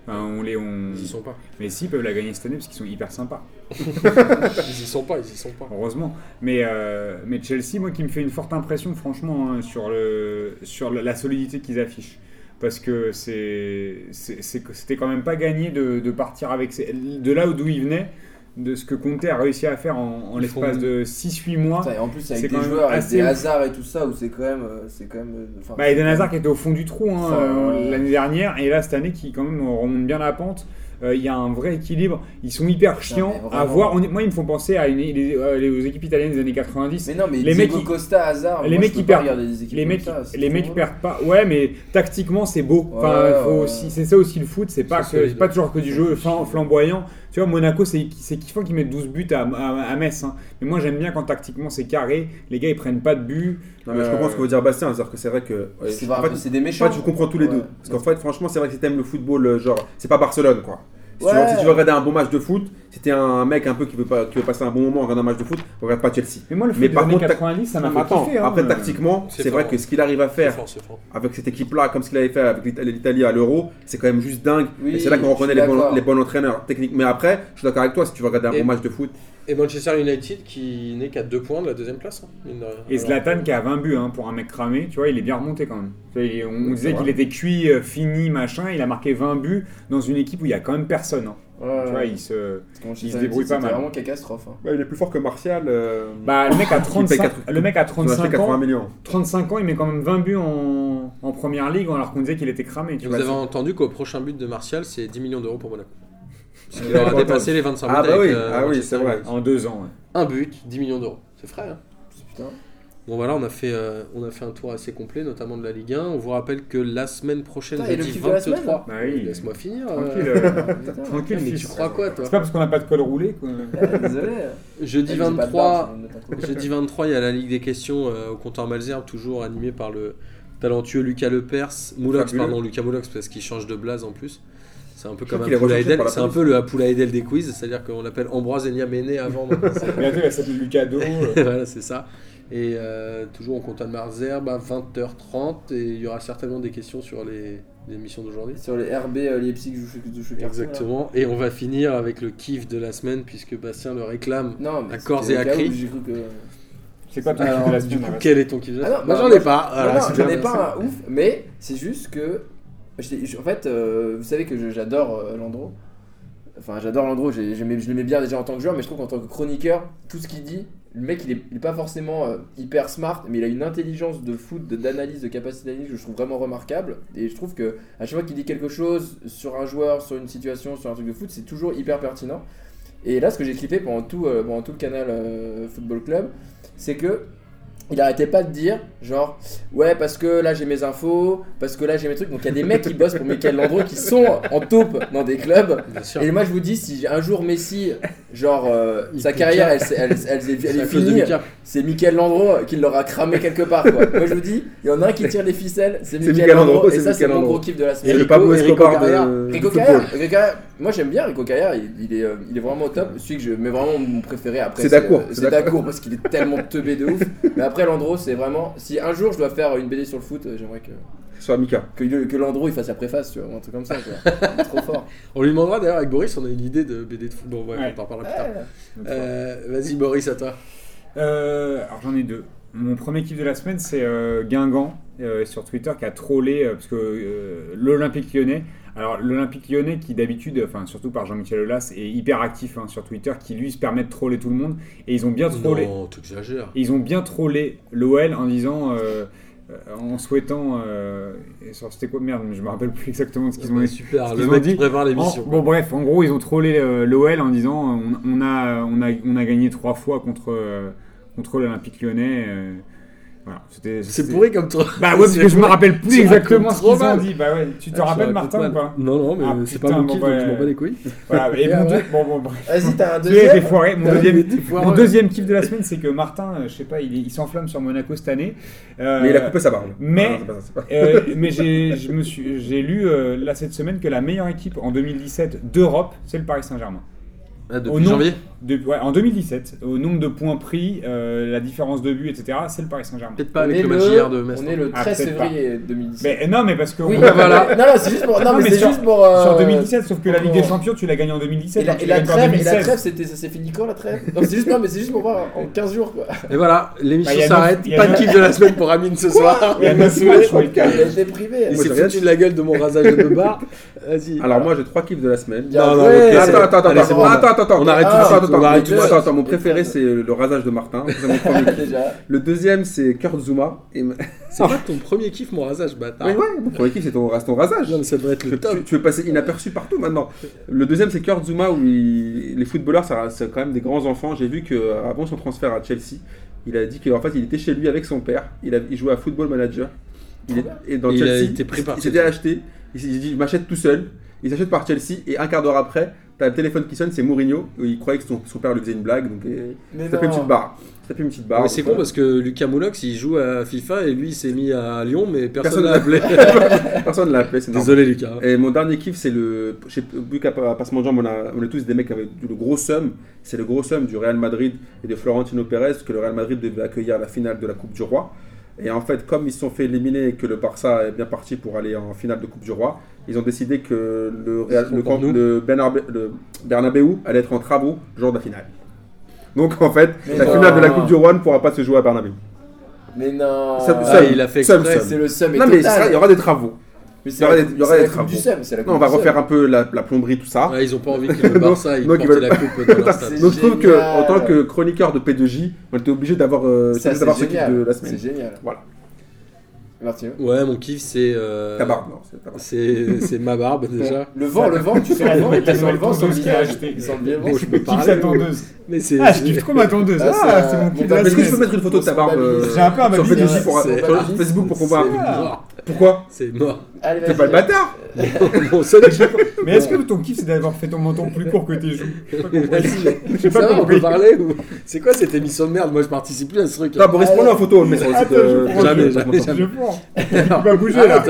Enfin, on les, on... Ils y sont pas. Mais si, ils peuvent la gagner cette année parce qu'ils sont hyper sympas. Ils y sont pas, ils y sont pas. Heureusement. Mais, euh, mais Chelsea, moi, qui me fait une forte impression, franchement, hein, sur, le, sur le- la solidité qu'ils affichent. Parce que c'est- c'est- c'est que c'était quand même pas gagné de, de partir avec. ces- De là d'où ils venaient, de ce que Conte a réussi à faire en, en Ils font- l'espace de 6-8 mois. Putain, et en plus, C'est avec quand des même joueurs, avec assez des ouf. hasards et tout ça, où c'est quand même. euh, C'est quand même euh, enfin, Bah, Eden Hazard qui était au fond du trou hein, Ça- euh, l'année dernière et là cette année qui quand même remonte bien la pente. Euh, Il y a un vrai équilibre. Ils sont hyper chiants mais à vraiment. voir. On est- moi, ils me font penser à une- les- euh, les- aux équipes italiennes des années 90. Mais non, mais Les les mecs mecs qui- Costa, hasard. les moi, mecs je qui peux pas perdent- regarder des équipes les comme mecs, ça, c'est les trop mecs drôle. perdent pas. Ouais, mais tactiquement, c'est beau. Enfin, Ouais, faut ouais. aussi- c'est ça aussi le foot. C'est pas, C'est que- solide. c'est pas toujours que du jeu flam- flamboyant. Tu vois, Monaco, c'est c'est kiffant qu'ils mettent 12 buts à, à- à Metz. hein. Mais moi, j'aime bien quand tactiquement c'est carré. Les gars, ils prennent pas de but. Non, mais je Euh, comprends ce que veut dire Bastien. C'est-à-dire que c'est vrai que. ouais, C'est en vrai, fait, c'est des Je méchants. sais pas, tu comprends tous les Ouais. deux. Parce qu'en fait, franchement, c'est vrai que si t'aimes le football, euh, genre, c'est pas Barcelone, quoi. Si, tu, veux, Ouais. si tu veux regarder un bon match de foot, si t'es un mec un peu qui veut, pas, qui veut passer un bon moment, regarde un match de foot, regarde pas Chelsea. Mais moi, le foot Mais des par années contre, tac- 90, ça m'a fait Attends, kiffer, hein. après, Euh, tactiquement, c'est c'est vrai fort. que ce qu'il arrive à C'est faire fort, c'est fort. avec cette équipe-là, comme ce qu'il avait fait avec l'Ita- l'Italie à l'Euro, c'est quand même juste dingue. Oui, et c'est là qu'on je reconnaît suis les bons, d'accord. les bons entraîneurs techniques. Mais après, je suis d'accord avec toi, si tu veux regarder un Et- bon match de foot, Et Manchester United qui n'est qu'à 2 points de la deuxième place. hein, mine de rien. Et Alors, Zlatan qui a 20 buts hein, pour un mec cramé, tu vois, il est bien remonté quand même. Tu vois, il- on C'est disait vrai. qu'il était cuit, euh, fini, machin, il a marqué 20 buts dans une équipe où il y a quand même personne. hein. Ouais, Tu vois, il se... parce qu'on- il se débrouille pas c'était mal. vraiment catastrophe. hein. Ouais, Bah, il est plus fort que Martial. euh, Bah, le mec a paye 35, quatre- le mec ils a ont acheté 35 80 ans, millions. 35 ans, il met quand même 20 buts en, en première ligue alors qu'on disait qu'il était cramé. Tu Vous vois, avez c'est- entendu qu'au prochain but de Martial, c'est 10 millions d'euros pour Monaco. Parce qu'il Ouais, aura pas dépassé les 25 buts Ah, bah avec, oui, euh, ah, oui Manchester c'est vrai. United. En deux ans. ouais. Un but, 10 millions d'euros. C'est frais. hein. Putain. Bon voilà, on a, fait, euh, on a fait un tour assez complet, notamment de la Ligue 1. On vous rappelle que la semaine prochaine, Putain, et jeudi le kiff de la 23. semaine, hein. là Bah oui. Laisse-moi finir. Tranquille, euh. euh, Putain. tranquille, Mais fils. tu crois à quoi, toi C'est pas parce qu'on n'a pas de col roulé. Quoi. Ouais, Désolé. Ah, Jeudi J'ai pas de 23, barbe, sinon, on me met un coup. Jeudi 23, il y a la Ligue des questions euh, au comptoir Malzerbe, toujours animé par le talentueux Lucas Lepers, Moulox, Fabuleux. pardon, Lucas Moulox, parce qu'il change de blase en plus. C'est un peu Je comme crois qu'il est Apoula recherché Edel, par la c'est un police. peu le Apoula Edel des quiz, c'est-à-dire qu'on l'appelle Ambroise Méné avant. maintenant. C'est- Bientôt, il va s'appeler Lucas Do. euh. voilà, c'est ça. Et euh, toujours au comptoir de Malzerbe à 20h30, et il y aura certainement des questions sur les, les émissions d'aujourd'hui. Sur les RB euh, Leipzig, je joue je joue partout, là. Exactement, et on va finir avec le kiff de la semaine, puisque Bastien le réclame. Non, mais À corps c'était et à au cas où cri. J'ai cru que. C'est quoi ton Alors, kiff de la du semaine coup, Arras quel est ton kiff de la Ah non, semaine bah, Bah, J'en moi, ai pas. Non, Voilà, non, c'est j'en bien. ai pas un ouf, mais c'est juste que. j'étais- je- En fait, euh, vous savez que je- j'adore euh, Landreau. Enfin, j'adore Landreau, j'ai- j'aimais- je l'aimais bien déjà en tant que joueur, mais je trouve qu'en tant que chroniqueur, tout ce qu'il dit, Le mec, il est, il est pas forcément euh, hyper smart, mais il a une intelligence de foot, de- d'analyse, de capacité d'analyse que je trouve vraiment remarquable. Et je trouve que à chaque fois qu'il dit quelque chose sur un joueur, sur une situation, sur un truc de foot, c'est toujours hyper pertinent. Et là, ce que j'ai kiffé pendant tout, euh, pendant tout le canal euh, Football Club, c'est que il arrêtait pas de dire, genre, ouais, parce que là j'ai mes infos, parce que là j'ai mes trucs. Donc il y a des mecs qui bossent pour Michael Landreau qui sont en taupe dans des clubs Bien sûr. et moi je vous dis, si un jour Messi, genre euh, Il sa peut carrière, pas. elle, s'est- elle, elle est- elle C'est est à cause de finie, Mika. c'est Michael Landreau qui l'aura cramé quelque part. Quoi. moi je vous dis, il y en a un qui tire les ficelles, c'est Michael Michael Landreau, Landreau, et c'est ça c'est Michael mon gros Landreau. kiff de la Et C'est semaine. le Rico- Pablo Rico Escobar Carrera. de. Rico du football. Carrère, Rico Carrère, moi j'aime bien Rico Carrère, il, il est, euh, il est vraiment au top, celui que je mets vraiment mon préféré après. C'est Dacour, euh, c'est C'est Dacour parce qu'il est tellement teubé de ouf. Mais après Landreau, c'est vraiment. Si un jour je dois faire une BD sur le foot, euh, j'aimerais que, Soit Mika. que, le- que Landreau il fasse la préface, tu vois, ou un truc comme ça. Quoi. Il est trop fort. On lui demandera d'ailleurs avec Boris, on a une idée de BD de foot. Bon, ouais, Ouais. on en parlera plus tard. Euh, Vas-y, Boris, à toi. Euh, alors j'en ai deux. Mon premier kiff de la semaine, c'est euh, Guingamp euh, sur Twitter qui a trollé euh, parce que euh, l'Olympique Lyonnais. Alors l'Olympique Lyonnais qui d'habitude, enfin surtout par Jean-Michel Aulas, est hyper actif hein, sur Twitter, qui lui se permet de troller tout le monde et ils ont bien trollé. Non, t'exagères. Et Ils ont bien trollé l'OL en disant, euh, euh, en souhaitant, euh, et sur- c'était quoi merde, mais je me rappelle plus exactement de ce qu'ils ont dit. super, qu'ils le ont mec dit. Oh, qui prépare l'émission. En- bon bref, en gros, ils ont trollé euh, l'OL en disant euh, on, on a, on, a, on a gagné trois fois contre, euh, contre l'Olympique lyonnais. euh, voilà, c'était. C'est c'était- pourri comme toi. Bah ouais, parce c'est que je me pourri. rappelle plus Tu exactement racontes ce trop qu'ils ont mal. dit. Bah ouais, tu te Ah, je rappelles raconte Martin mal. ou pas Non, non, mais Ah, c'est putain, pas mon bon, kiff, bah, donc je m'en bats les couilles. Voilà, et Ah mon ouais. deux- bon, bon, bref. Vas-y, t'as un Celui-là était deuxième foiré. Mon T'as deuxième, été foireux. mon deuxième kiff de la semaine, c'est que Martin, euh, je sais pas, il, est- il s'enflamme sur Monaco cette année. Euh, Mais il a coupé sa barbe. Ah, mais- c'est pas ça, c'est pas- Euh, mais j'ai je me suis- j'ai lu euh, là cette semaine que la meilleure équipe en 2017 d'Europe, c'est le Paris Saint-Germain. Ah, Au depuis nom- janvier De- ouais, en 2017, au nombre de points pris, euh, la différence de but, etc., c'est le Paris Saint-Germain. Peut-être pas on avec est le match le- hier de Metz. hein. On est le Ah, 13 peut-être pas. février 2017. Mais euh, non, mais parce que Oui, on- bah voilà. Non, non, c'est juste pour. Non, Non, mais, mais c'est sur- juste pour. euh, sur 2017, sauf que la Ligue des oh. pour- Champions, tu l'as gagnée en Et 2017. la, donc et tu la l'as gagnée en trêve, et la 2016. trêve, c'était, ça s'est fini quand la trêve Non, c'est juste, non, mais c'est juste pour voir en 15 jours quoi. Et voilà, Bah, l'émission y a s'arrête. neuf- y a Pas de neuf- kiff de la semaine pour Amine ce soir. Il y a Il m'a neuf matchs, saoulé. ouais, Il a carrément. été privé. Il Moi, s'est j'ai rien foutu de la gueule de mon rasage de bar. Vas-y. Alors moi j'ai trois kiffs de la semaine. Il y a- Non, non, ouais, ok, c'est- c'est- Attends, attends, attends, Allez, c'est bon, attends, attends, attends, attends, on arrête tout de attends, suite, attends, on attends, arrête tout de attends, suite. attends, mon préféré c'est le rasage de Martin, c'est mon premier kiff. Ah, Déjà. Le deuxième c'est Kurt Zuma. Et... ma- C'est pas ton premier kiff, mon rasage, bâtard. Ouais, ouais, mon premier kiff c'est ton, ton rasage. Ah. Non, mais ça devrait être le Tu, top. tu- tu veux passer inaperçu partout maintenant. Le deuxième, c'est Kurt Zuma, où il- les footballeurs, ça- c'est quand même des grands enfants. J'ai vu qu'avant son transfert à Chelsea, il a dit qu'en fait, il était chez lui avec son père. Il, a- il jouait à Football Manager. Il est, et dans Il a Chelsea, été pris par il s'était Chelsea. acheté. Il s'est dit, je m'achète tout seul. Il s'achète par Chelsea. Et un quart d'heure après, t'as le téléphone qui sonne, c'est Mourinho. Il croyait que son, son père lui faisait une blague. Donc, euh, Mais il s'est fait une petite non. barre. Il s'est fait une petite barre. Mais c'est Donc, con parce que Lucas Moulox il joue à FIFA et lui il s'est mis à Lyon mais personne Personne l'a appelé. euh, Personne ne l'a appelé, c'est normal. Désolé Lucas. Et mon dernier kiff, c'est le. je sais pas, Vu qu'à Pa- Passement de Jambes, on, a- on est tous des mecs avec le gros somme. C'est le gros somme du Real Madrid et de Florentino Pérez que le Real Madrid devait accueillir à la finale de la Coupe du Roi. Et en fait, comme ils se sont fait éliminer et que le Barça est bien parti pour aller en finale de Coupe du Roi, ils ont décidé que le, Real- Ils se le, font pour camp- nous. le Bernabé- le Bernabeu allait être en travaux le jour de la finale. Donc en fait, Mais la non. finale de la Coupe du Roi ne pourra pas se jouer à Bernabeu. Mais non. Ça- Ah, ça- il a fait seul, exprès. seul. C'est le seum. Non mais ça, il y aura des travaux. Mais c'est il y aura la- des- il y aura c'est des la coupe du travaux. seum, c'est la Non, on coupe va du seum. refaire un peu la, la plomberie, tout ça. Ah, Ouais, ils ont pas envie que le Non, Barça il non, porte qu'ils veulent la coupe dans leur stade. C'est Donc je trouve que génial. en tant que chroniqueur de P2J, on était obligé d'avoir euh, Ça, d'avoir ce c'est kiff de génial. la C'est semaine. génial. Voilà. Martino. Ouais mon kiff c'est euh, Ta barbe, non, c'est ta barbe. c'est c'est ma barbe déjà. Le vent, le vent, tu sens le vent, Ouais, tu sens le vent, c'est son le qui a visage. acheté. Il sent le vent. Bon, je peux Kiffe sa parler. tondeuse. Mais c'est Ah, je kiffe trop ma tondeuse. Ah, Ah, ça- c'est mon kiff de Bon, la Est-ce que je peux semaine. mettre une photo de ta barbe euh, J'ai un peu un sur babysitting. P2J pour, C'est- sur Facebook pour qu'on voit un c'est- peu. Ah, Pourquoi C'est mort. Allez, T'es vas-y. pas le bâtard Mon seul kiff. Mais est-ce que ton kiff c'est d'avoir fait ton menton plus court que tes joues J'ai pas compris. Vas-y. J'ai pas Ça va, on compris. peut parler ou C'est quoi cette émission de merde Moi je participe plus à ce truc. Non, Boris, prends-le en photo, on le met sur le site. Attends, euh, je prends, Jamais, je- jamais, jamais. Je prends. Alors, vas bouger, alors,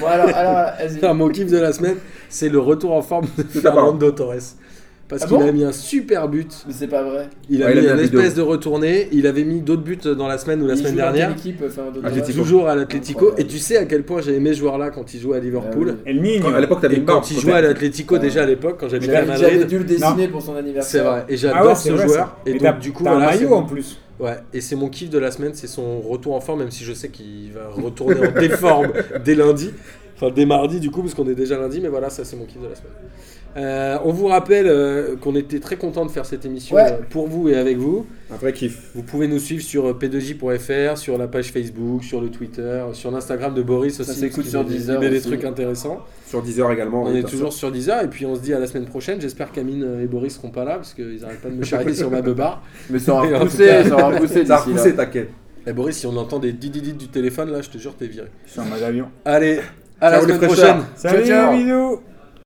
Bon, alors, alors, vas-y. Non, mon kiff de la semaine, c'est le retour en forme de ta part. Fernando Torres. Parce Ah qu'il bon a mis un super but. Mais c'est pas vrai. Il a Ouais, il a mis mis une la vidéo. espèce de retournée. Il avait mis d'autres buts dans la semaine ou la Il semaine joue dans dernière. quelle équipe, euh, enfin, de- Atletico. Toujours à l'Atlético. Incroyable. Et tu sais à quel point j'ai aimé ce joueur-là quand il jouait à Ah oui. Liverpool. El Niño. À l'époque, t'avais Et une barbe. quand il jouait à l'Atlético Ouais. déjà à l'époque, quand j'habitais à J'avais j'avais Madrid. dû le dessiner pour son anniversaire. C'est vrai. Et Ah j'adore ouais, c'est ce vrai, joueur. ça. Et t'as- donc, du coup, t'as un voilà, c'est maillot mon- en plus. Ouais, et c'est mon kiff de la semaine, c'est son retour en forme, même si je sais qu'il va retourner en déforme dès lundi. Enfin, dès mardi, du coup, parce qu'on est déjà lundi, mais voilà, ça, c'est mon kiff de la semaine. Euh, on vous rappelle euh, qu'on était très content de faire cette émission Ouais. euh, pour vous et avec vous. Un vrai kiff. Vous pouvez nous suivre sur euh, p2j.fr, sur la page Facebook, sur le Twitter, sur l'Instagram de Boris aussi. s'écoute parce sur qu'il met- Deezer Il met des aussi. trucs intéressants. Sur Deezer également. On est toujours sur Deezer et puis on se dit à la semaine prochaine. J'espère qu'Amine euh, et Boris seront pas là parce qu'ils n'arrêtent pas de me charrier sur ma beubare. Mais ça Et en aura tout poussé, cas- ça aura poussé Ça a d'ici là. repoussé, t'inquiète. Et Eh, Boris, si on entend des dididid du téléphone là, je te jure, t'es viré. Je suis en mode avion. Allez, à la Ciao, les semaine fraîcheurs. prochaine. Salut, ciao. bisous